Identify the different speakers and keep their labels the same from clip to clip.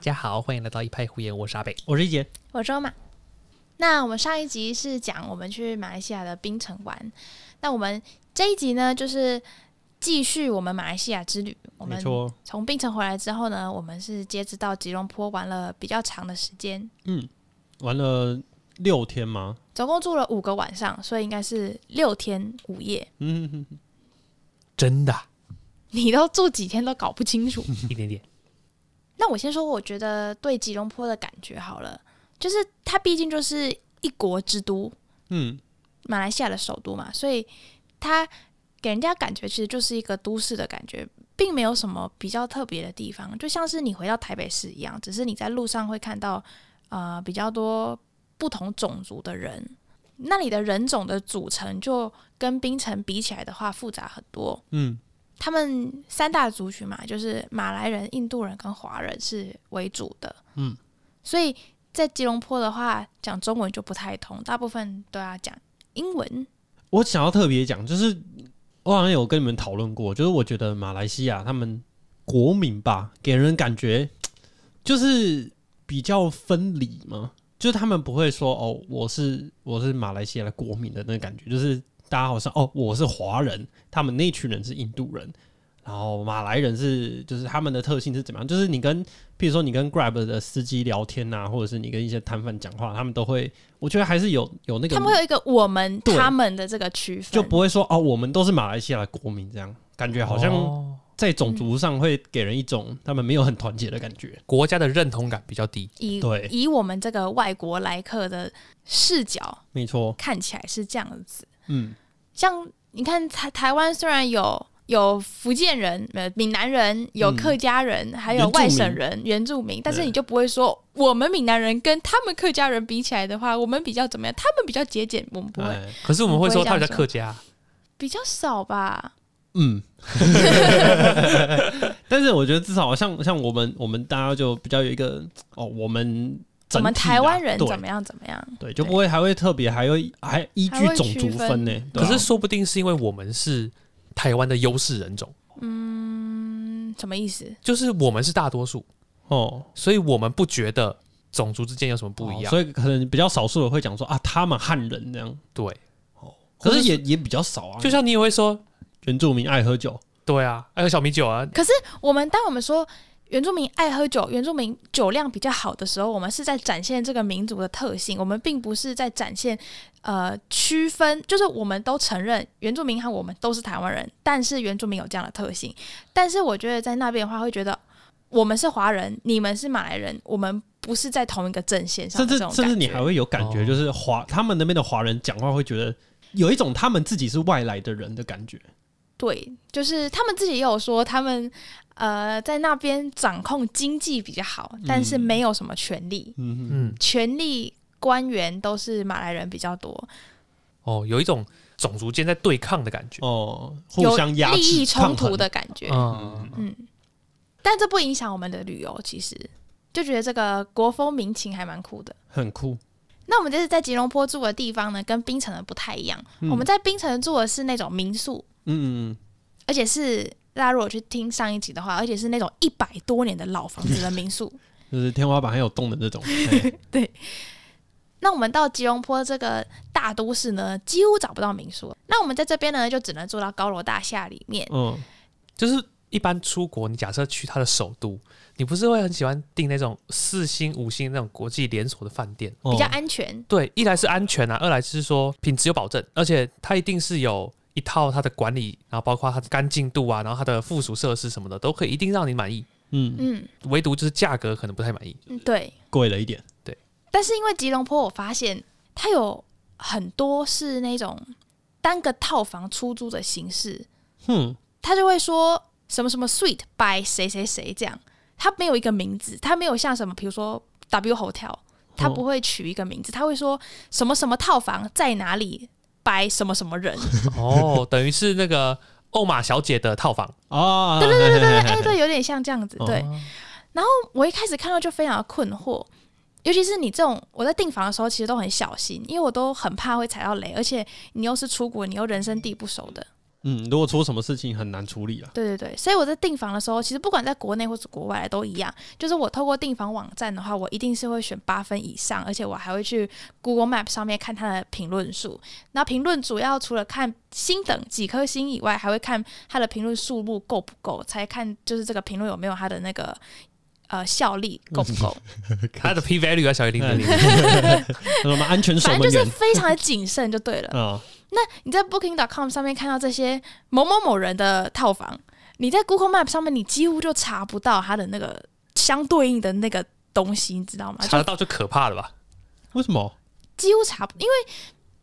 Speaker 1: 家好，欢迎来到一派胡言，我是阿北。
Speaker 2: 我是一杰，
Speaker 3: 我是欧玛。那我们上一集是讲我们去马来西亚的槟城玩，那我们这一集呢，就是继续我们马来西亚之旅。我
Speaker 2: 没
Speaker 3: 们
Speaker 2: 错，
Speaker 3: 从槟城回来之后呢，我们是接着到吉隆坡玩了比较长的时间，
Speaker 2: 嗯，玩了六天吗？
Speaker 3: 总共住了五个晚上，所以应该是六天五夜。
Speaker 2: 嗯，哼哼
Speaker 1: 真的啊
Speaker 3: 你都住几天都搞不清 楚。
Speaker 1: 一点点，
Speaker 3: 那我先说，我觉得对吉隆坡的感觉好了，就是它毕竟就是一国之都，
Speaker 2: 嗯，
Speaker 3: 马来西亚的首都嘛，所以它给人家感觉其实就是一个都市的感觉，并没有什么比较特别的地方，就像是你回到台北市一样，只是你在路上会看到呃比较多不同种族的人，那里的人种的组成就跟槟城比起来的话复杂很多。
Speaker 2: 嗯，
Speaker 3: 他们三大族群嘛，就是马来人、印度人跟华人是为主的。
Speaker 2: 嗯，
Speaker 3: 所以在吉隆坡的话，讲中文就不太通，大部分都要讲英文。
Speaker 2: 我想要特别讲，就是我好像有跟你们讨论过，就是我觉得马来西亚他们国民吧，给人感觉就是比较分离嘛，就是他们不会说哦，我是我是马来西亚的国民的那个感觉，就是大家好像哦，我是华人，他们那群人是印度人。然后马来人是，就是他们的特性是怎么样？就是你跟，譬如说你跟 Grab 的司机聊天啊，或者是你跟一些摊贩讲话，他们都会，我觉得还是有有那个
Speaker 3: 他们会有一个我们、
Speaker 2: 对
Speaker 3: 他们的这个区分，
Speaker 2: 就不会说哦，我们都是马来西亚的国民，这样感觉好像
Speaker 1: 哦
Speaker 2: 在种族上会给人一种
Speaker 3: 嗯
Speaker 2: 他们没有很团结的感觉。
Speaker 1: 国家的认同感比较低。
Speaker 3: 以
Speaker 2: 对
Speaker 3: 以我们这个外国来客的视角
Speaker 2: 没错，
Speaker 3: 看起来是这样子。
Speaker 2: 嗯，
Speaker 3: 像你看台台湾虽然有有福建人、呃闽南人、有
Speaker 2: 嗯
Speaker 3: 客家人，还
Speaker 2: 原
Speaker 3: 有
Speaker 2: 住
Speaker 3: 外省
Speaker 2: 民
Speaker 3: 人、原住民，但是
Speaker 2: 对
Speaker 3: 你就不会说我们闽南人跟他们客家人比起来的话，我们比较怎么样？他们比较节俭，我们不会，
Speaker 2: 哎，
Speaker 1: 可是我们会说
Speaker 3: 不
Speaker 1: 他
Speaker 3: 会这样
Speaker 1: 比较客家，
Speaker 3: 比较少吧？
Speaker 2: 嗯， 但是我觉得至少像像我们我们大家就比较有一个哦，我们
Speaker 3: 我
Speaker 2: 整体啦
Speaker 3: 们台湾人
Speaker 2: 对
Speaker 3: 怎么样怎么样？
Speaker 2: 对，就不会还会特别还会还依据
Speaker 3: 还会
Speaker 2: 种
Speaker 3: 区
Speaker 2: 族
Speaker 3: 分
Speaker 2: 分呢、对
Speaker 1: 可
Speaker 2: 啊
Speaker 1: 是说不定是因为我们是台湾的优势人种，
Speaker 3: 嗯，什么意思？
Speaker 1: 就是我们是大多数，
Speaker 2: 哦
Speaker 1: 所以我们不觉得种族之间有什么不一
Speaker 2: 哦
Speaker 1: 样。
Speaker 2: 所以可能比较少数的会讲说啊，他们汉人这样，
Speaker 1: 对，
Speaker 2: 可
Speaker 1: 或者
Speaker 2: 是也也比较少啊，
Speaker 1: 就像你也会说，
Speaker 2: 原住民爱喝酒，
Speaker 1: 对啊，还有小米酒啊，
Speaker 3: 可是我们当我们说原住民爱喝酒、原住民酒量比较好的时候，我们是在展现这个民族的特性，我们并不是在展现呃区分，就是我们都承认原住民和我们都是台湾人，但是原住民有这样的特性。但是我觉得在那边的话，会觉得我们是华人，你们是马来人，我们不是在同一个阵线上
Speaker 2: 甚
Speaker 3: 的
Speaker 2: 至
Speaker 3: 这种
Speaker 2: 甚至
Speaker 3: 感
Speaker 2: 你
Speaker 3: 觉。
Speaker 2: 还会有感觉，
Speaker 1: 哦
Speaker 2: 就是华、他们那边的华人讲话会觉得有一种他们自己是外来的人的感觉。
Speaker 3: 对，就是他们自己也有说，他们呃在那边掌控经济比较好，但是
Speaker 2: 嗯
Speaker 3: 没有什么权利。
Speaker 2: 嗯
Speaker 1: 嗯，
Speaker 3: 权力官员都是马来人比较多，
Speaker 1: 哦，有一种种族间在对抗的感觉。
Speaker 2: 哦，
Speaker 3: 有
Speaker 2: 互相压制、
Speaker 3: 利益冲
Speaker 2: 抗
Speaker 3: 突
Speaker 2: 衡
Speaker 3: 的感觉。
Speaker 1: 嗯，
Speaker 3: 嗯，但这不影响我们的旅游，其实就觉得这个国风民情还蛮酷的。
Speaker 2: 很酷。
Speaker 3: 那我们这次在吉隆坡住的地方呢，跟槟城的不太一样。
Speaker 2: 嗯
Speaker 3: 我们在槟城住的是那种民宿，
Speaker 2: 嗯，嗯
Speaker 3: 而且是大家如果去听上一集的话，而且是那种一百多年的老房子的 民宿。
Speaker 2: 嗯，就是天花板还有洞的那 种。哎嘿
Speaker 3: 那我们到吉隆坡这个大都市呢，几乎找不到民宿。那我们在这边呢，就只能住到高楼大厦里面。
Speaker 2: 嗯，
Speaker 1: 就是一般出国，你假设去他的首都，你不是会很喜欢订那种四星、五星那种国际连锁的饭店？
Speaker 2: 哦
Speaker 3: 比较安全，
Speaker 1: 对，一来是安全啊，二来是说品质有保证，而且它一定是有一套它的管理，然后包括它的干净度啊，然后它的附属设施什么的都可以一定让你满意，
Speaker 2: 嗯，
Speaker 3: 嗯，
Speaker 1: 唯独就是价格可能不太满意。
Speaker 3: 嗯对。
Speaker 2: 贵了一点。
Speaker 3: 但是因为吉隆坡，我发现它有很多是那种单个套房出租的形式，
Speaker 2: 哼，
Speaker 3: 他就会说什么什么 suite by 谁谁谁这样，它没有一个名字，它没有像什么，比如说 W Hotel，它不会取一个名字，它会说什么什么套房在哪里 by 什么什么人。
Speaker 1: 哦，等于是那个欧玛小姐的套房，
Speaker 2: 啊，
Speaker 3: 对对对对对，
Speaker 2: 嘿
Speaker 3: 哎、
Speaker 2: 嘿嘿嘿
Speaker 3: 对，有点像这样子，对。
Speaker 1: 哦
Speaker 3: 我一开始看到就非常的困惑，尤其是你这种我在订房的时候，其实都很小心，因为我都很怕会踩到雷，而且你又是出国，你又人生地不熟的，
Speaker 2: 嗯，如果出什么事情很难处 理了，啊
Speaker 3: 对对对，所以我在订房的时候，其实不管在国内或是国外都一样，就是我透过订房网站的话，我一定是会选八分以上，而且我还会去 Google Map 上面看它的评论数。那评论主要除了看星等几颗星以外，还会看它的评论数目够不够，才看就是这个评论有没有它的那个呃效力够不够。
Speaker 1: 它的 P value 要小于零点
Speaker 2: 嗯
Speaker 1: 零，
Speaker 2: 哎什么安全守
Speaker 3: 反正
Speaker 2: 门
Speaker 3: 就是
Speaker 2: 员
Speaker 3: 非常的谨慎就对了。
Speaker 2: 啊，
Speaker 3: 你在 Booking.com 上面看到这些某某某人的套房，你在 Google Map 上面你几乎就查不到它的那个相对应的那个东西，你知道吗？
Speaker 1: 查
Speaker 3: 就
Speaker 1: 得到就可怕了吧？
Speaker 2: 为什么？
Speaker 3: 几乎查不，因为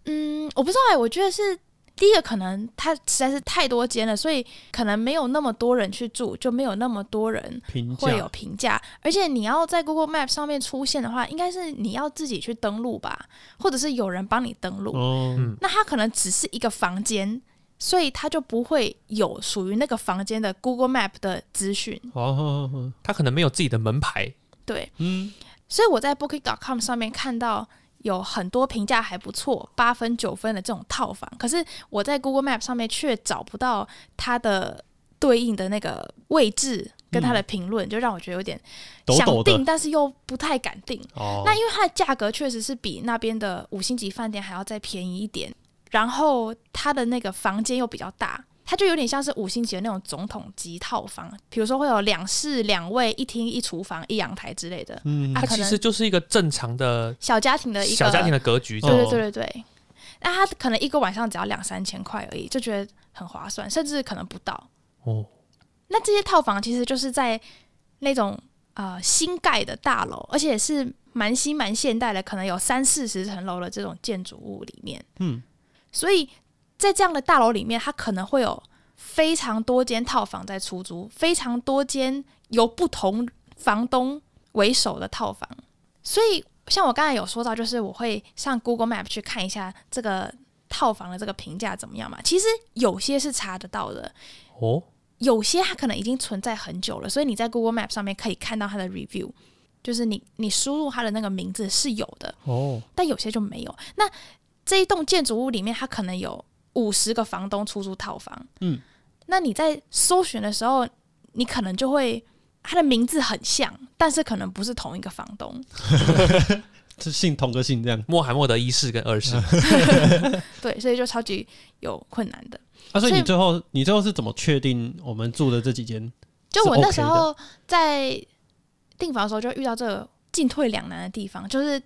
Speaker 3: 嗯，我不知道哎、我觉得是。第一个可能它实在是太多间了，所以可能没有那么多人去住，就没有那么多人
Speaker 2: 评
Speaker 3: 会有
Speaker 2: 价
Speaker 3: 评价。而且你要在 Google Map 上面出现的话，应该是你要自己去登录吧，或者是有人帮你登录。
Speaker 2: 哦，
Speaker 1: 嗯
Speaker 3: 那它可能只是一个房间，所以它就不会有属于那个房间的 Google Map 的资讯。
Speaker 2: 好好好好，
Speaker 1: 它可能没有自己的门牌，
Speaker 3: 对，
Speaker 2: 嗯，
Speaker 3: 所以我在 Booking.com 上面看到有很多评价还不错，八分九分的这种套房，可是我在 Google Map 上面却找不到它的对应的那个位置跟它的评论，就让我觉得有点
Speaker 2: 嗯抖
Speaker 3: 想
Speaker 2: 抖
Speaker 3: 定，
Speaker 2: 的
Speaker 3: 但是又不太敢定。
Speaker 2: 哦，
Speaker 3: 那因为它的价格确实是比那边的五星级饭店还要再便宜一点，然后它的那个房间又比较大，它就有点像是五星级的那种总统级套房，比如说会有两室两卫、一厅一厨房、一阳台之类的，
Speaker 2: 嗯
Speaker 3: 啊
Speaker 1: 它
Speaker 3: 可
Speaker 1: 其
Speaker 3: 能
Speaker 1: 实就是一个正常的
Speaker 3: 小家庭的一个
Speaker 1: 小家庭的格局。
Speaker 3: 对对
Speaker 2: 哦
Speaker 3: 对对对。那它可能一个晚上只要两三千块而已，就觉得很划算，甚至可能不到。
Speaker 1: 哦，
Speaker 3: 那这些套房其实就是在那种呃新盖的大楼，而且是蛮新蛮现代的，可能有三四十层楼的这种建筑物里面。
Speaker 2: 嗯，
Speaker 3: 所以在这样的大楼里面，它可能会有非常多间套房在出租，非常多间由不同房东为首的套房。所以像我刚才有说到，就是我会上 Google Map 去看一下这个套房的这个评价怎么样嘛。其实有些是查得到的，
Speaker 1: 哦，
Speaker 3: 有些它可能已经存在很久了，所以你在 Google Map 上面可以看到它的 review，就是你你输入它的那个名字是有的，
Speaker 2: 哦，
Speaker 3: 但有些就没有。那这一栋建筑物里面，它可能有五十个房东出租套房，
Speaker 2: 嗯，
Speaker 3: 那你在搜寻的时候，你可能就会它的名字很像，但是可能不是同一个房东，
Speaker 2: 这姓同个姓这样
Speaker 1: 穆罕默德一世跟二世，
Speaker 3: 对，所以就超级有困难的。
Speaker 2: 啊，所以
Speaker 3: 所以
Speaker 2: 你最后你最后是怎么确定我们住的这几间？
Speaker 3: 就是我那
Speaker 2: OK
Speaker 3: 时候在订房的时候，就遇到这个进退两难的地方，就是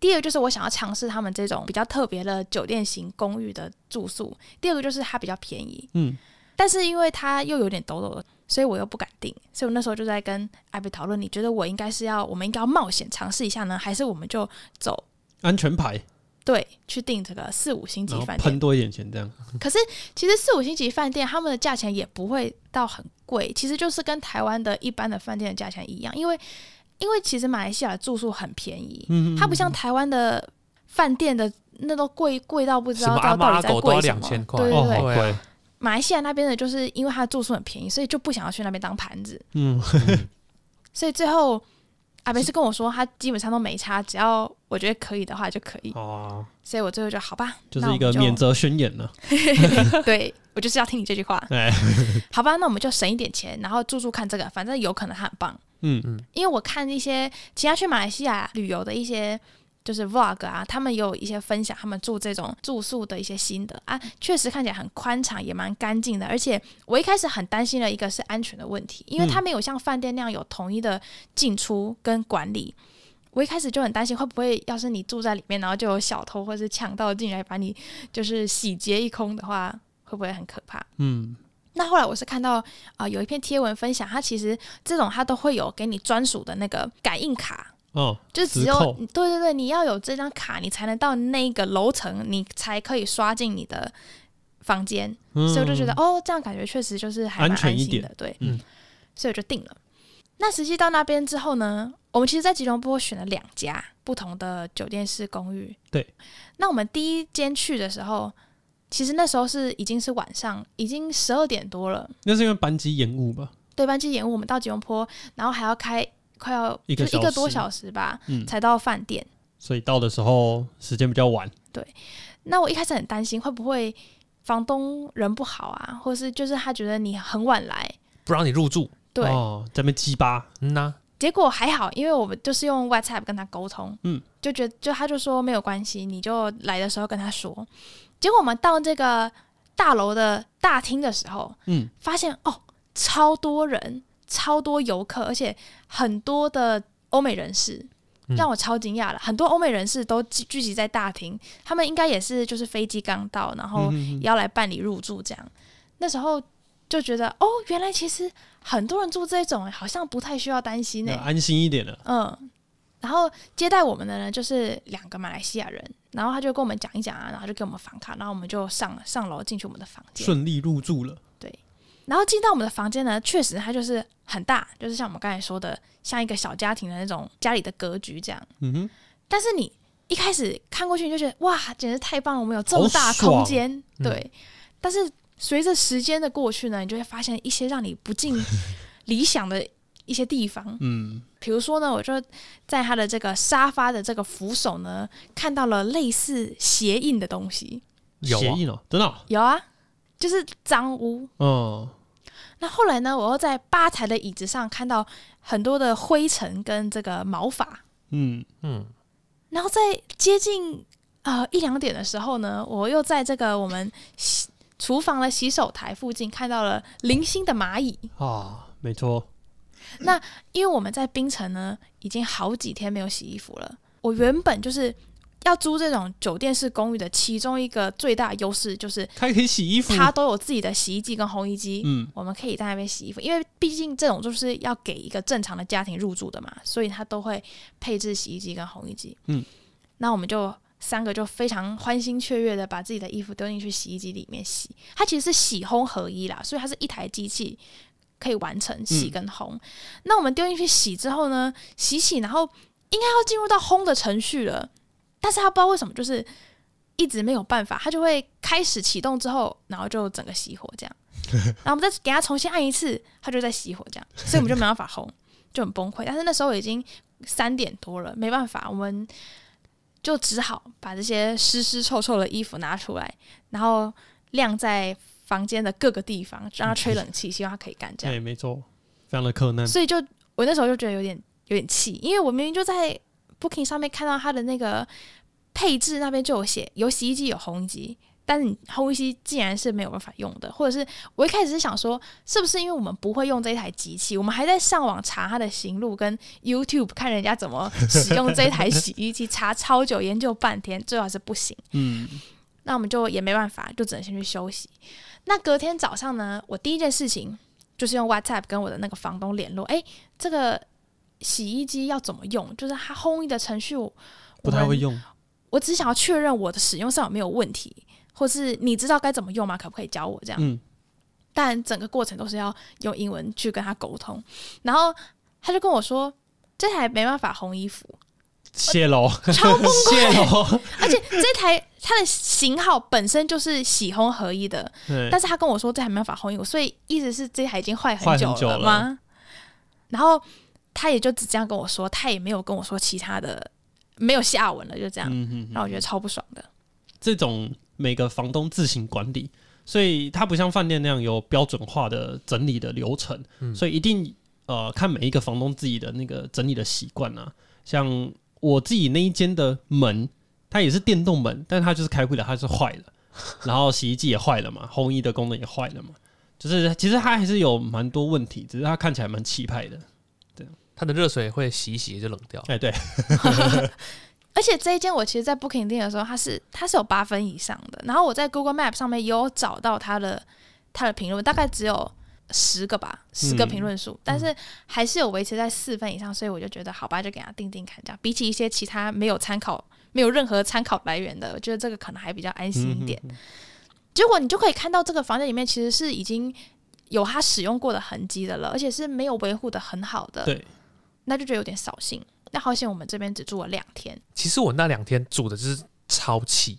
Speaker 3: 第一个就是我想要尝试他们这种比较特别的酒店型公寓的住宿，第二个就是它比较便宜，
Speaker 2: 嗯，
Speaker 3: 但是因为它又有点抖抖的，所以我又不敢订，所以我那时候就在跟艾比讨论，你觉得我应该是要我们应该要冒险尝试一下呢，还是我们就走
Speaker 2: 安全牌，
Speaker 3: 对去订这个四五星级
Speaker 2: 然后
Speaker 3: 饭店
Speaker 2: 喷？多一点钱这样。
Speaker 3: 可是其实四五星级饭店他们的价钱也不会到很贵，其实就是跟台湾的一般的饭店的价钱一样，因为因为其实马来西亚住宿很便宜，
Speaker 2: 嗯，
Speaker 3: 它不像台湾的饭店的那都贵贵到 不知
Speaker 1: 什
Speaker 3: 道
Speaker 1: 么阿
Speaker 3: 到
Speaker 1: 猫
Speaker 3: 到底
Speaker 1: 阿
Speaker 3: 在
Speaker 1: 狗都要
Speaker 3: 贵什么。
Speaker 1: 2000块
Speaker 3: 对
Speaker 2: 哦，
Speaker 3: 对对，
Speaker 2: 好
Speaker 1: 对
Speaker 2: 贵，
Speaker 3: 马来西亚那边的就是因为它的住宿很便宜，所以就不想要去那边当盘子，
Speaker 2: 嗯，
Speaker 3: 所以最后。阿贝是跟我说，他基本上都没差，只要我觉得可以的话就可以，
Speaker 2: 哦，
Speaker 3: 所以我最后就好吧，
Speaker 2: 就是
Speaker 3: 那
Speaker 2: 一
Speaker 3: 我
Speaker 2: 个
Speaker 3: 们
Speaker 2: 免责宣言呢。
Speaker 3: 对我就是要听你这句话。
Speaker 2: 哎，
Speaker 3: 好吧，那我们就省一点钱，然后住住看这个，反正有可能它很棒。
Speaker 2: 嗯
Speaker 1: 嗯，
Speaker 3: 因为我看一些其他去马来西亚旅游的一些就是 vlog 啊，他们也有一些分享他们住这种住宿的一些心得啊，确实看起来很宽敞，也蛮干净的。而且我一开始很担心的一个是安全的问题，因为它没有像饭店那样有统一的进出跟管理。我一开始就很担心，会不会要是你住在里面，然后就有小偷或是强盗进来把你就是洗劫一空的话，会不会很可怕？
Speaker 2: 嗯，
Speaker 3: 那后来我是看到啊、呃有一篇贴文分享，它其实这种它都会有给你专属的那个感应卡，
Speaker 2: 哦，
Speaker 3: 就是只
Speaker 2: 折
Speaker 3: 有
Speaker 2: 扣
Speaker 3: 对对对，你要有这张卡，你才能到那个楼层，你才可以刷进你的房间。
Speaker 2: 嗯
Speaker 3: 所以我就觉得哦，这样感觉确实就是还蛮
Speaker 2: 安全
Speaker 3: 安
Speaker 2: 一
Speaker 3: 心
Speaker 2: 点
Speaker 3: 的，对，
Speaker 1: 嗯
Speaker 3: 所以我就定了。那实际到那边之后呢，我们其实，在吉隆坡选了两家不同的酒店式公寓。
Speaker 2: 对，
Speaker 3: 那我们第一间去的时候，其实那时候是已经是晚上，已经十二点多了。
Speaker 2: 那是因为班机延误吧？
Speaker 3: 对班机延误，我们到吉隆坡，然后还要开快要
Speaker 2: 一个
Speaker 3: 就是一
Speaker 2: 小
Speaker 3: 个多
Speaker 2: 时
Speaker 3: 小时吧，
Speaker 2: 嗯，
Speaker 3: 才到饭店。
Speaker 2: 所以到的时候时间比较晚。
Speaker 3: 那我一开始很担心会不会房东人不好啊，或是就是他觉得你很晚来，
Speaker 1: 不让你入住，
Speaker 3: 对，
Speaker 2: 哦，咱们鸡巴，
Speaker 1: 嗯呐、
Speaker 3: 结果还好，因为我们就是用 WhatsApp 跟他沟通，
Speaker 2: 嗯，
Speaker 3: 就觉就他就说没有关系，你就来的时候跟他说。结果我们到这个大楼的大厅的时候，
Speaker 2: 嗯，
Speaker 3: 发现哦，超多人，超多游客，而且很多的欧美人士
Speaker 1: 嗯，
Speaker 3: 让我超惊讶了。很多欧美人士都聚聚集在大厅，他们应该也是就是飞机刚到，然后
Speaker 2: 嗯哼哼
Speaker 3: 要来办理入住这样。那时候就觉得哦，原来其实很多人住这种，好像不太需要担心呢、欸
Speaker 2: 那安心一点了。
Speaker 3: 嗯，然后接待我们的呢就是两个马来西亚人，然后他就跟我们讲一讲啊，然后就给我们房卡，然后我们就上上楼进去我们的房间。
Speaker 2: 顺利入住了，
Speaker 3: 然后进到我们的房间呢，确实它就是很大，就是像我们刚才说的，像一个小家庭的那种家里的格局这样。
Speaker 2: 嗯哼，
Speaker 3: 但是你一开始看过去，你就觉得哇，简直太棒了，我们有这么大的空间，
Speaker 1: 嗯
Speaker 3: 对。但是随着时间的过去呢，你就会发现一些让你不尽理想的一些地方。
Speaker 2: 嗯，
Speaker 3: 比如说呢，我就在他的这个沙发的这个扶手呢，看到了类似鞋印的东西。
Speaker 1: 有啊
Speaker 2: 协议呢，真的哦，
Speaker 3: 有啊，就是脏污。
Speaker 2: 嗯，
Speaker 3: 那后来呢，我又在吧台的椅子上看到很多的灰尘跟这个毛发。
Speaker 2: 嗯，
Speaker 1: 嗯，
Speaker 3: 然后在接近呃一两点的时候呢，我又在这个我们洗厨房的洗手台附近看到了零星的蚂蚁，
Speaker 2: 啊，没错，
Speaker 3: 因为我们在冰城呢已经好几天没有洗衣服了。我原本就是要租这种酒店式公寓的，其中一个最大的优势就是
Speaker 2: 它还可以洗衣服，
Speaker 3: 它都有自己的洗衣机跟烘衣机。
Speaker 2: 嗯，
Speaker 3: 我们可以在那边洗衣服，因为毕竟这种就是要给一个正常的家庭入住的嘛，所以他都会配置洗衣机跟烘衣机。
Speaker 2: 嗯，
Speaker 3: 那我们就三个就非常欢欣雀跃的把自己的衣服丢进去洗衣机里面洗，它其实是洗烘合一啦，所以它是一台机器可以完成洗跟烘。那我们丢进去洗之后呢，洗洗，然后应该要进入到烘的程序了，但是他不知道为什么就是。一直没有办法，它就会开始启动之后，然后就整个熄火这样。然后我们再给它重新按一次，它就在熄火这样，所以我们就没办法烘， 就很崩溃。但是那时候已经三点多了，没办法，我们就只好把这些湿湿臭臭的衣服拿出来，然后晾在房间的各个地方，让它吹冷气，希望它可以干这样。
Speaker 2: 哎，没错，非常的困难，
Speaker 3: 所以就我那时候就觉得有点有点气，因为我明明就在 Booking 上面看到它的那个配置那边就有写有洗衣机有烘衣机，但是你烘衣机竟然是没有办法用的，或者是我一开始是想说是不是因为我们不会用这一台机器，我们还在上网查它的行路跟 YouTube 看人家怎么使用这一台洗衣机，查超久研究半天，最后还是不行。
Speaker 2: 嗯，
Speaker 3: 那我们就也没办法，就只能先去休息。那隔天早上呢，我第一件事情就是用 WhatsApp 跟我的那个房东联络，诶，这个洗衣机要怎么用？就是它烘衣的程序我，
Speaker 2: 不太
Speaker 3: 我
Speaker 2: 会
Speaker 3: 们。
Speaker 2: 用，
Speaker 3: 我只想要确认我的使用上有没有问题，或是你知道该怎么用吗？可不可以教我这样？
Speaker 2: 嗯，
Speaker 3: 但整个过程都是要用英文去跟他沟通。然后他就跟我说，这台没办法烘衣服，
Speaker 2: 谢喽，
Speaker 3: 超崩
Speaker 2: 谢
Speaker 3: 溃。
Speaker 2: 喽，
Speaker 3: 而且这台它的型号本身就是洗烘合一的，
Speaker 2: 对
Speaker 3: 但是他跟我说这还没办法烘油，所以意思是这台已经坏很
Speaker 2: 坏很久了
Speaker 3: 了吗？然后他也就只这样跟我说，他也没有跟我说其他的，没有下文了，就这样，
Speaker 2: 嗯哼哼
Speaker 3: 让我觉得超不爽 的。
Speaker 2: 这种每个房东自行管理，所以它不像饭店那样有标准化的整理的流程，所以一定呃看每一个房东自己的那个整理的习惯啊。像我自己那一间的门，它也是电动门，但它就是开不了，它是坏了，然后洗衣机也坏了嘛，烘衣的功能也坏了嘛，就是其实它还是有蛮多问题，只是它看起来蛮气派的。
Speaker 1: 它的热水会洗一洗就冷掉，
Speaker 2: 哎、对，
Speaker 3: 而且这一间我其实，在 Booking 订的时候，它是它是有八分以上的，然后我在 Google Map 上面也有找到它的它的评论，大概只有十个吧，十个
Speaker 2: 嗯
Speaker 3: 评论数，但是还是有维持在四分以上，所以我就觉得好吧，就给它定定看，这样比起一些其他没有参考、没有任何参考来源的，我觉得这个可能还比较安心一点。
Speaker 2: 嗯
Speaker 3: 结果你就可以看到这个房间里面其实是已经有它使用过的痕迹的了，而且是没有维护的很好的，
Speaker 2: 对，
Speaker 3: 那就觉得有点扫兴。那好险，我们这边只住了两天。
Speaker 1: 其实我那两天住的就是超气，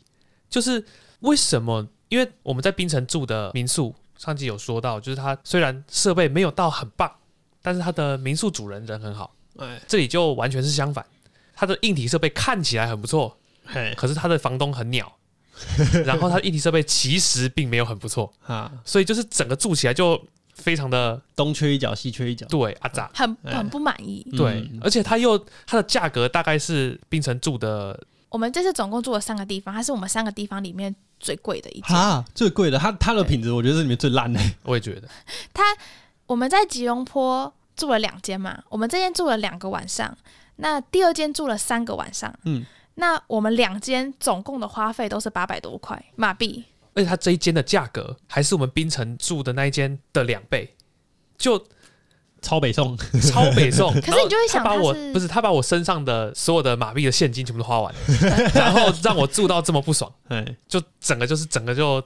Speaker 1: 就是为什么？因为我们在槟城住的民宿，上集有说到，就是它虽然设备没有到很棒，但是它的民宿主人人很好。
Speaker 2: 哎
Speaker 1: 这里就完全是相反，它的硬体设备看起来很不错，
Speaker 2: 嘿，
Speaker 1: 可是它的房东很鸟，然后它的硬体设备其实并没有很不错，
Speaker 2: 啊，
Speaker 1: 所以就是整个住起来就非常的
Speaker 2: 东缺一角，西缺一角。
Speaker 1: 对阿杂。
Speaker 3: 很
Speaker 2: 哎
Speaker 3: 很不满意。
Speaker 2: 嗯
Speaker 1: 对，而且它又它的价格大概是冰城住的，
Speaker 3: 我们这次总共住了三个地方，它是我们三个地方里面最贵的一间。
Speaker 2: 哈，最贵的，它它的品质我觉得是里面最烂的。
Speaker 1: 我也觉得
Speaker 3: 我们在吉隆坡住了两间嘛，我们这间住了两个晚上，那第二间住了三个晚上。
Speaker 2: 嗯，
Speaker 3: 那我们两间总共的花费都是八百多块马币。
Speaker 1: 而且它这一间的价格还是我们槟城住的那一间的两倍，就
Speaker 2: 超北宋，
Speaker 1: 超北宋。可
Speaker 3: 可是你就会想
Speaker 1: 他把我
Speaker 3: 它是
Speaker 1: 不是他把我身上的所有的马币的现金全部都 花完了，然后让我住到这么不爽，
Speaker 2: 哎，
Speaker 1: 就整个就是整个就，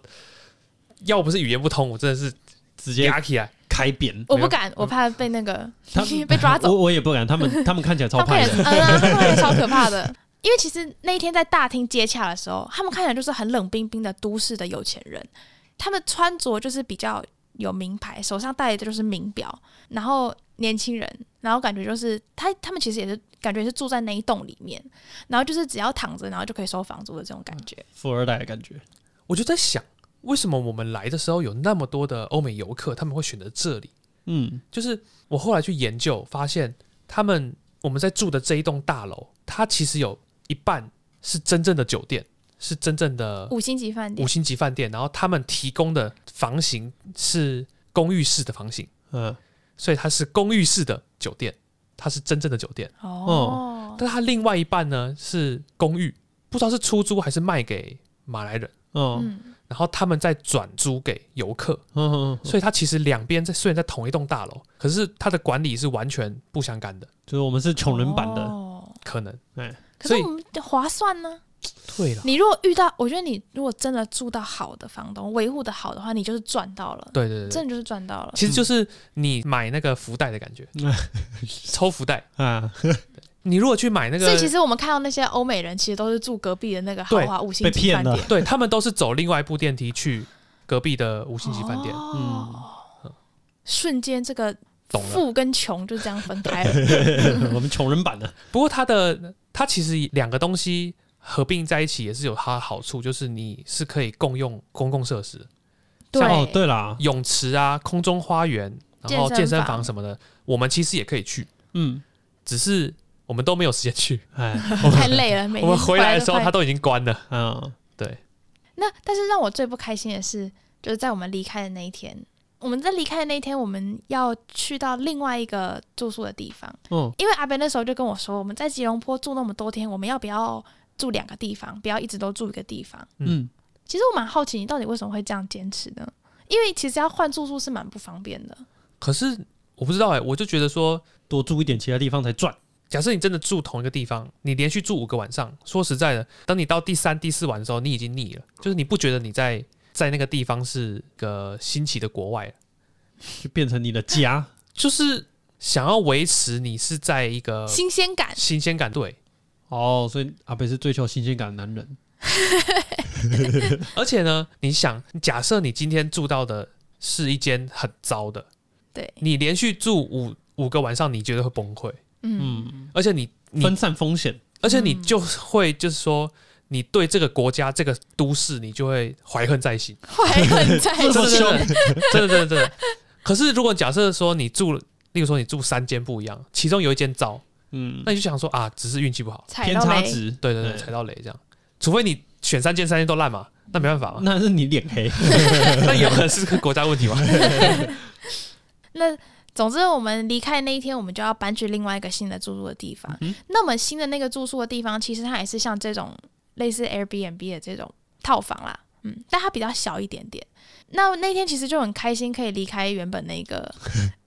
Speaker 1: 要不是语言不通，我真的是
Speaker 2: 直接
Speaker 1: 压起来。
Speaker 2: 开扁。
Speaker 3: 我不敢，
Speaker 2: 嗯
Speaker 3: 我怕被那个 被抓走
Speaker 2: 我。我也不敢，他们他们看起来 超
Speaker 3: 他们
Speaker 2: 怕
Speaker 3: 也
Speaker 2: 的。
Speaker 3: 嗯、啊，他们也超可 怕的。因为其实那一天在大厅接洽的时候，他们看起来就是很冷冰冰的都市的有钱人，他们穿着就是比较有名牌，手上戴的就是名表，然后年轻人，然后感觉就是他他们其实也是感觉是住在那一栋里面，然后就是只要躺着，然后就可以收房租的这种感觉。
Speaker 2: 富二代的感觉，
Speaker 1: 我就在想，为什么我们来的时候有那么多的欧美游客，他们会选择这里？
Speaker 2: 嗯，
Speaker 1: 就是我后来去研究发现，他们我们在住的这一栋大楼，它其实有一半是真正的酒店，是真正
Speaker 2: 嗯
Speaker 1: 的
Speaker 3: 五星级饭
Speaker 1: 五
Speaker 3: 店，
Speaker 1: 星级饭店，然后他们提供的房型是公寓式的房型，
Speaker 2: 嗯，
Speaker 1: 所以它是公寓式的酒店，它是真正的酒店。
Speaker 3: 哦，
Speaker 1: 但它另外一半呢是公寓，不知道是出租还是卖给马来人，
Speaker 2: 哦，
Speaker 3: 嗯，
Speaker 1: 然后他们再转租给游客，
Speaker 2: 嗯，
Speaker 1: 所以它其实两边在虽然在同一栋大楼，可是它的管理是完全不相干的，
Speaker 2: 就是我们是穷人版的，
Speaker 3: 哦
Speaker 1: 可能。
Speaker 3: 可
Speaker 1: 所
Speaker 3: 是
Speaker 1: 以
Speaker 3: 我们划算呢、
Speaker 1: 对了，
Speaker 3: 你如果遇到，我觉得你如果真的住到好的房东，维护的好的话，你就是赚到了，
Speaker 1: 对对对
Speaker 3: 真
Speaker 1: 对，
Speaker 3: 的就是赚到了。
Speaker 1: 其实就是你买那个福袋的感觉，抽福袋。
Speaker 2: 啊，
Speaker 1: 你如果去买那个，
Speaker 3: 所以其实我们看到那些欧美人，其实都是住隔壁的那个豪华五星
Speaker 2: 被
Speaker 3: 级
Speaker 2: 骗
Speaker 3: 饭
Speaker 2: 了
Speaker 3: 店，
Speaker 1: 对他们都是走另外一部电梯去隔壁的五星级饭店。嗯
Speaker 3: 哦，瞬间这个
Speaker 1: 懂了
Speaker 3: 富跟穷就这样分开了。
Speaker 2: 我们穷人版的，
Speaker 1: 不过它的它其实两个东西合并在一起也是有它的好处，就是你是可以共用公共设施，
Speaker 3: 对、
Speaker 2: 哦， 对啦，
Speaker 1: 泳池啊、空中花园，然后
Speaker 3: 健身
Speaker 1: 健身
Speaker 3: 房
Speaker 1: 房什么的，我们其实也可以去，
Speaker 2: 嗯，
Speaker 1: 只是我们都没有时间去。
Speaker 2: 哎，
Speaker 3: 太累了，每
Speaker 1: 我
Speaker 3: 天
Speaker 1: 们回来的时候，
Speaker 3: 都快
Speaker 1: 它都已经关了。
Speaker 2: 啊，
Speaker 1: 对，
Speaker 3: 那但是让我最不开心的是，就是在我们离开的那一天，我们在离开的那一天，我们要去到另外一个住宿的地方。
Speaker 2: 嗯，
Speaker 3: 因为阿北那时候就跟我说，我们在吉隆坡住那么多天，我们要不要住两个地方，不要一直都住一个地方？
Speaker 2: 嗯，
Speaker 3: 其实我蛮好奇，你到底为什么会这样坚持呢？因为其实要换住宿是蛮不方便的。
Speaker 1: 可是我不知道哎、我就觉得说，
Speaker 2: 多住一点其他地方才赚，
Speaker 1: 假设你真的住同一个地方，你连续住五个晚上，说实在的，当你到第三、第四晚的时候，你已经腻了，就是你不觉得你在在那个地方是个新奇的国外了，
Speaker 2: 就变成你的家，
Speaker 1: 就是想要维持你是在一
Speaker 2: 呃
Speaker 1: 个
Speaker 3: 新鲜感，
Speaker 1: 新鲜感。对，
Speaker 2: 哦，所以阿北是追求新鲜感的男人，
Speaker 1: 而且呢，你想，假设你今天住到的是一间很糟的，
Speaker 3: 对，
Speaker 1: 你连续住五五个晚上，你觉得会崩溃，
Speaker 3: 嗯，
Speaker 2: 嗯，
Speaker 1: 而且你你
Speaker 2: 分散风险，
Speaker 1: 而且你就会就是说，你对这个国家、这个都市，你就会怀恨在心。
Speaker 3: 怀恨在
Speaker 2: 这么
Speaker 1: 哎真
Speaker 2: 凶
Speaker 3: 心。
Speaker 1: 的真的真的真的真的真的。 可是如果假设说你住，例如说你住三间不一样，其中有一间糟，
Speaker 2: 嗯，
Speaker 1: 那你就想说啊，只是运气不好，
Speaker 3: 踩
Speaker 2: 偏
Speaker 3: 到
Speaker 2: 差
Speaker 3: 雷，
Speaker 2: 值，
Speaker 1: 对对对，
Speaker 2: 对嗯
Speaker 1: 踩到雷这样。除非你选三间，三间都烂嘛，那没办法 嘛，
Speaker 2: 那是你脸黑，
Speaker 1: 那有可能是个国家问题嘛。
Speaker 3: 那总之，我们离开那一天，我们就要搬去另外一个新的住宿的地方。那么新的那个住宿的地方，其实它也是像这种类似 Airbnb 的这种套房啦，嗯，但它比较小一点点。那那天其实就很开心，可以离开原本那个，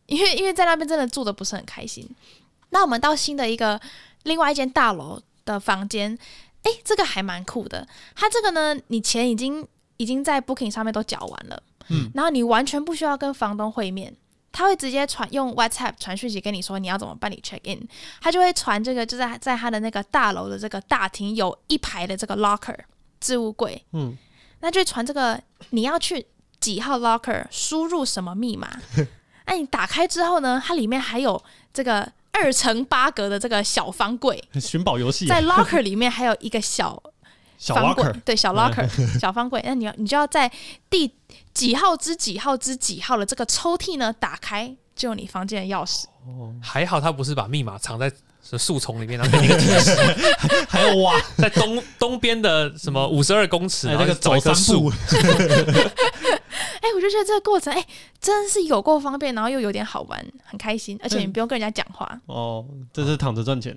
Speaker 3: 因为因为在那边真的住的不是很开心。那我们到新的一个另外一间大楼的房间，诶，这个还蛮酷的。它这个呢，你钱已经已经在 Booking 上面都缴完了，
Speaker 2: 嗯，
Speaker 3: 然后你完全不需要跟房东会面，他会直接传用 WhatsApp 传讯息跟你说你要怎么办理 check in，他就会传这个就在在他的那个大楼的这个大厅有一排的这个 locker 置物柜，
Speaker 2: 嗯，
Speaker 3: 那就会传这个你要去几号 locker 输入什么密码，那你打开之后呢，它里面还有这个二乘八格的这个小方柜，
Speaker 2: 寻宝游戏啊，
Speaker 3: 在 locker 里面还有一个小
Speaker 2: 小
Speaker 3: 方柜
Speaker 2: locker，嗯
Speaker 3: 对小 locker 小方柜，那你要你就要在第几号之几号之几号的这个抽屉呢打开，就有你房间的钥匙。
Speaker 1: 还好他不是把密码藏在树丛里面，然后给你一个提示
Speaker 2: 还有哇，
Speaker 1: 在东东边的什么五十二公尺，
Speaker 2: 哎
Speaker 1: 然
Speaker 2: 那
Speaker 1: 后
Speaker 2: 个
Speaker 1: 找
Speaker 2: 走
Speaker 1: 一棵
Speaker 2: 三
Speaker 1: 树
Speaker 2: 步，，
Speaker 3: 哎、我就觉得这个过程哎、真是有够方便，然后又有点好玩，很开心，而且你不用跟人家讲话。
Speaker 2: 哦，这是躺着赚 钱，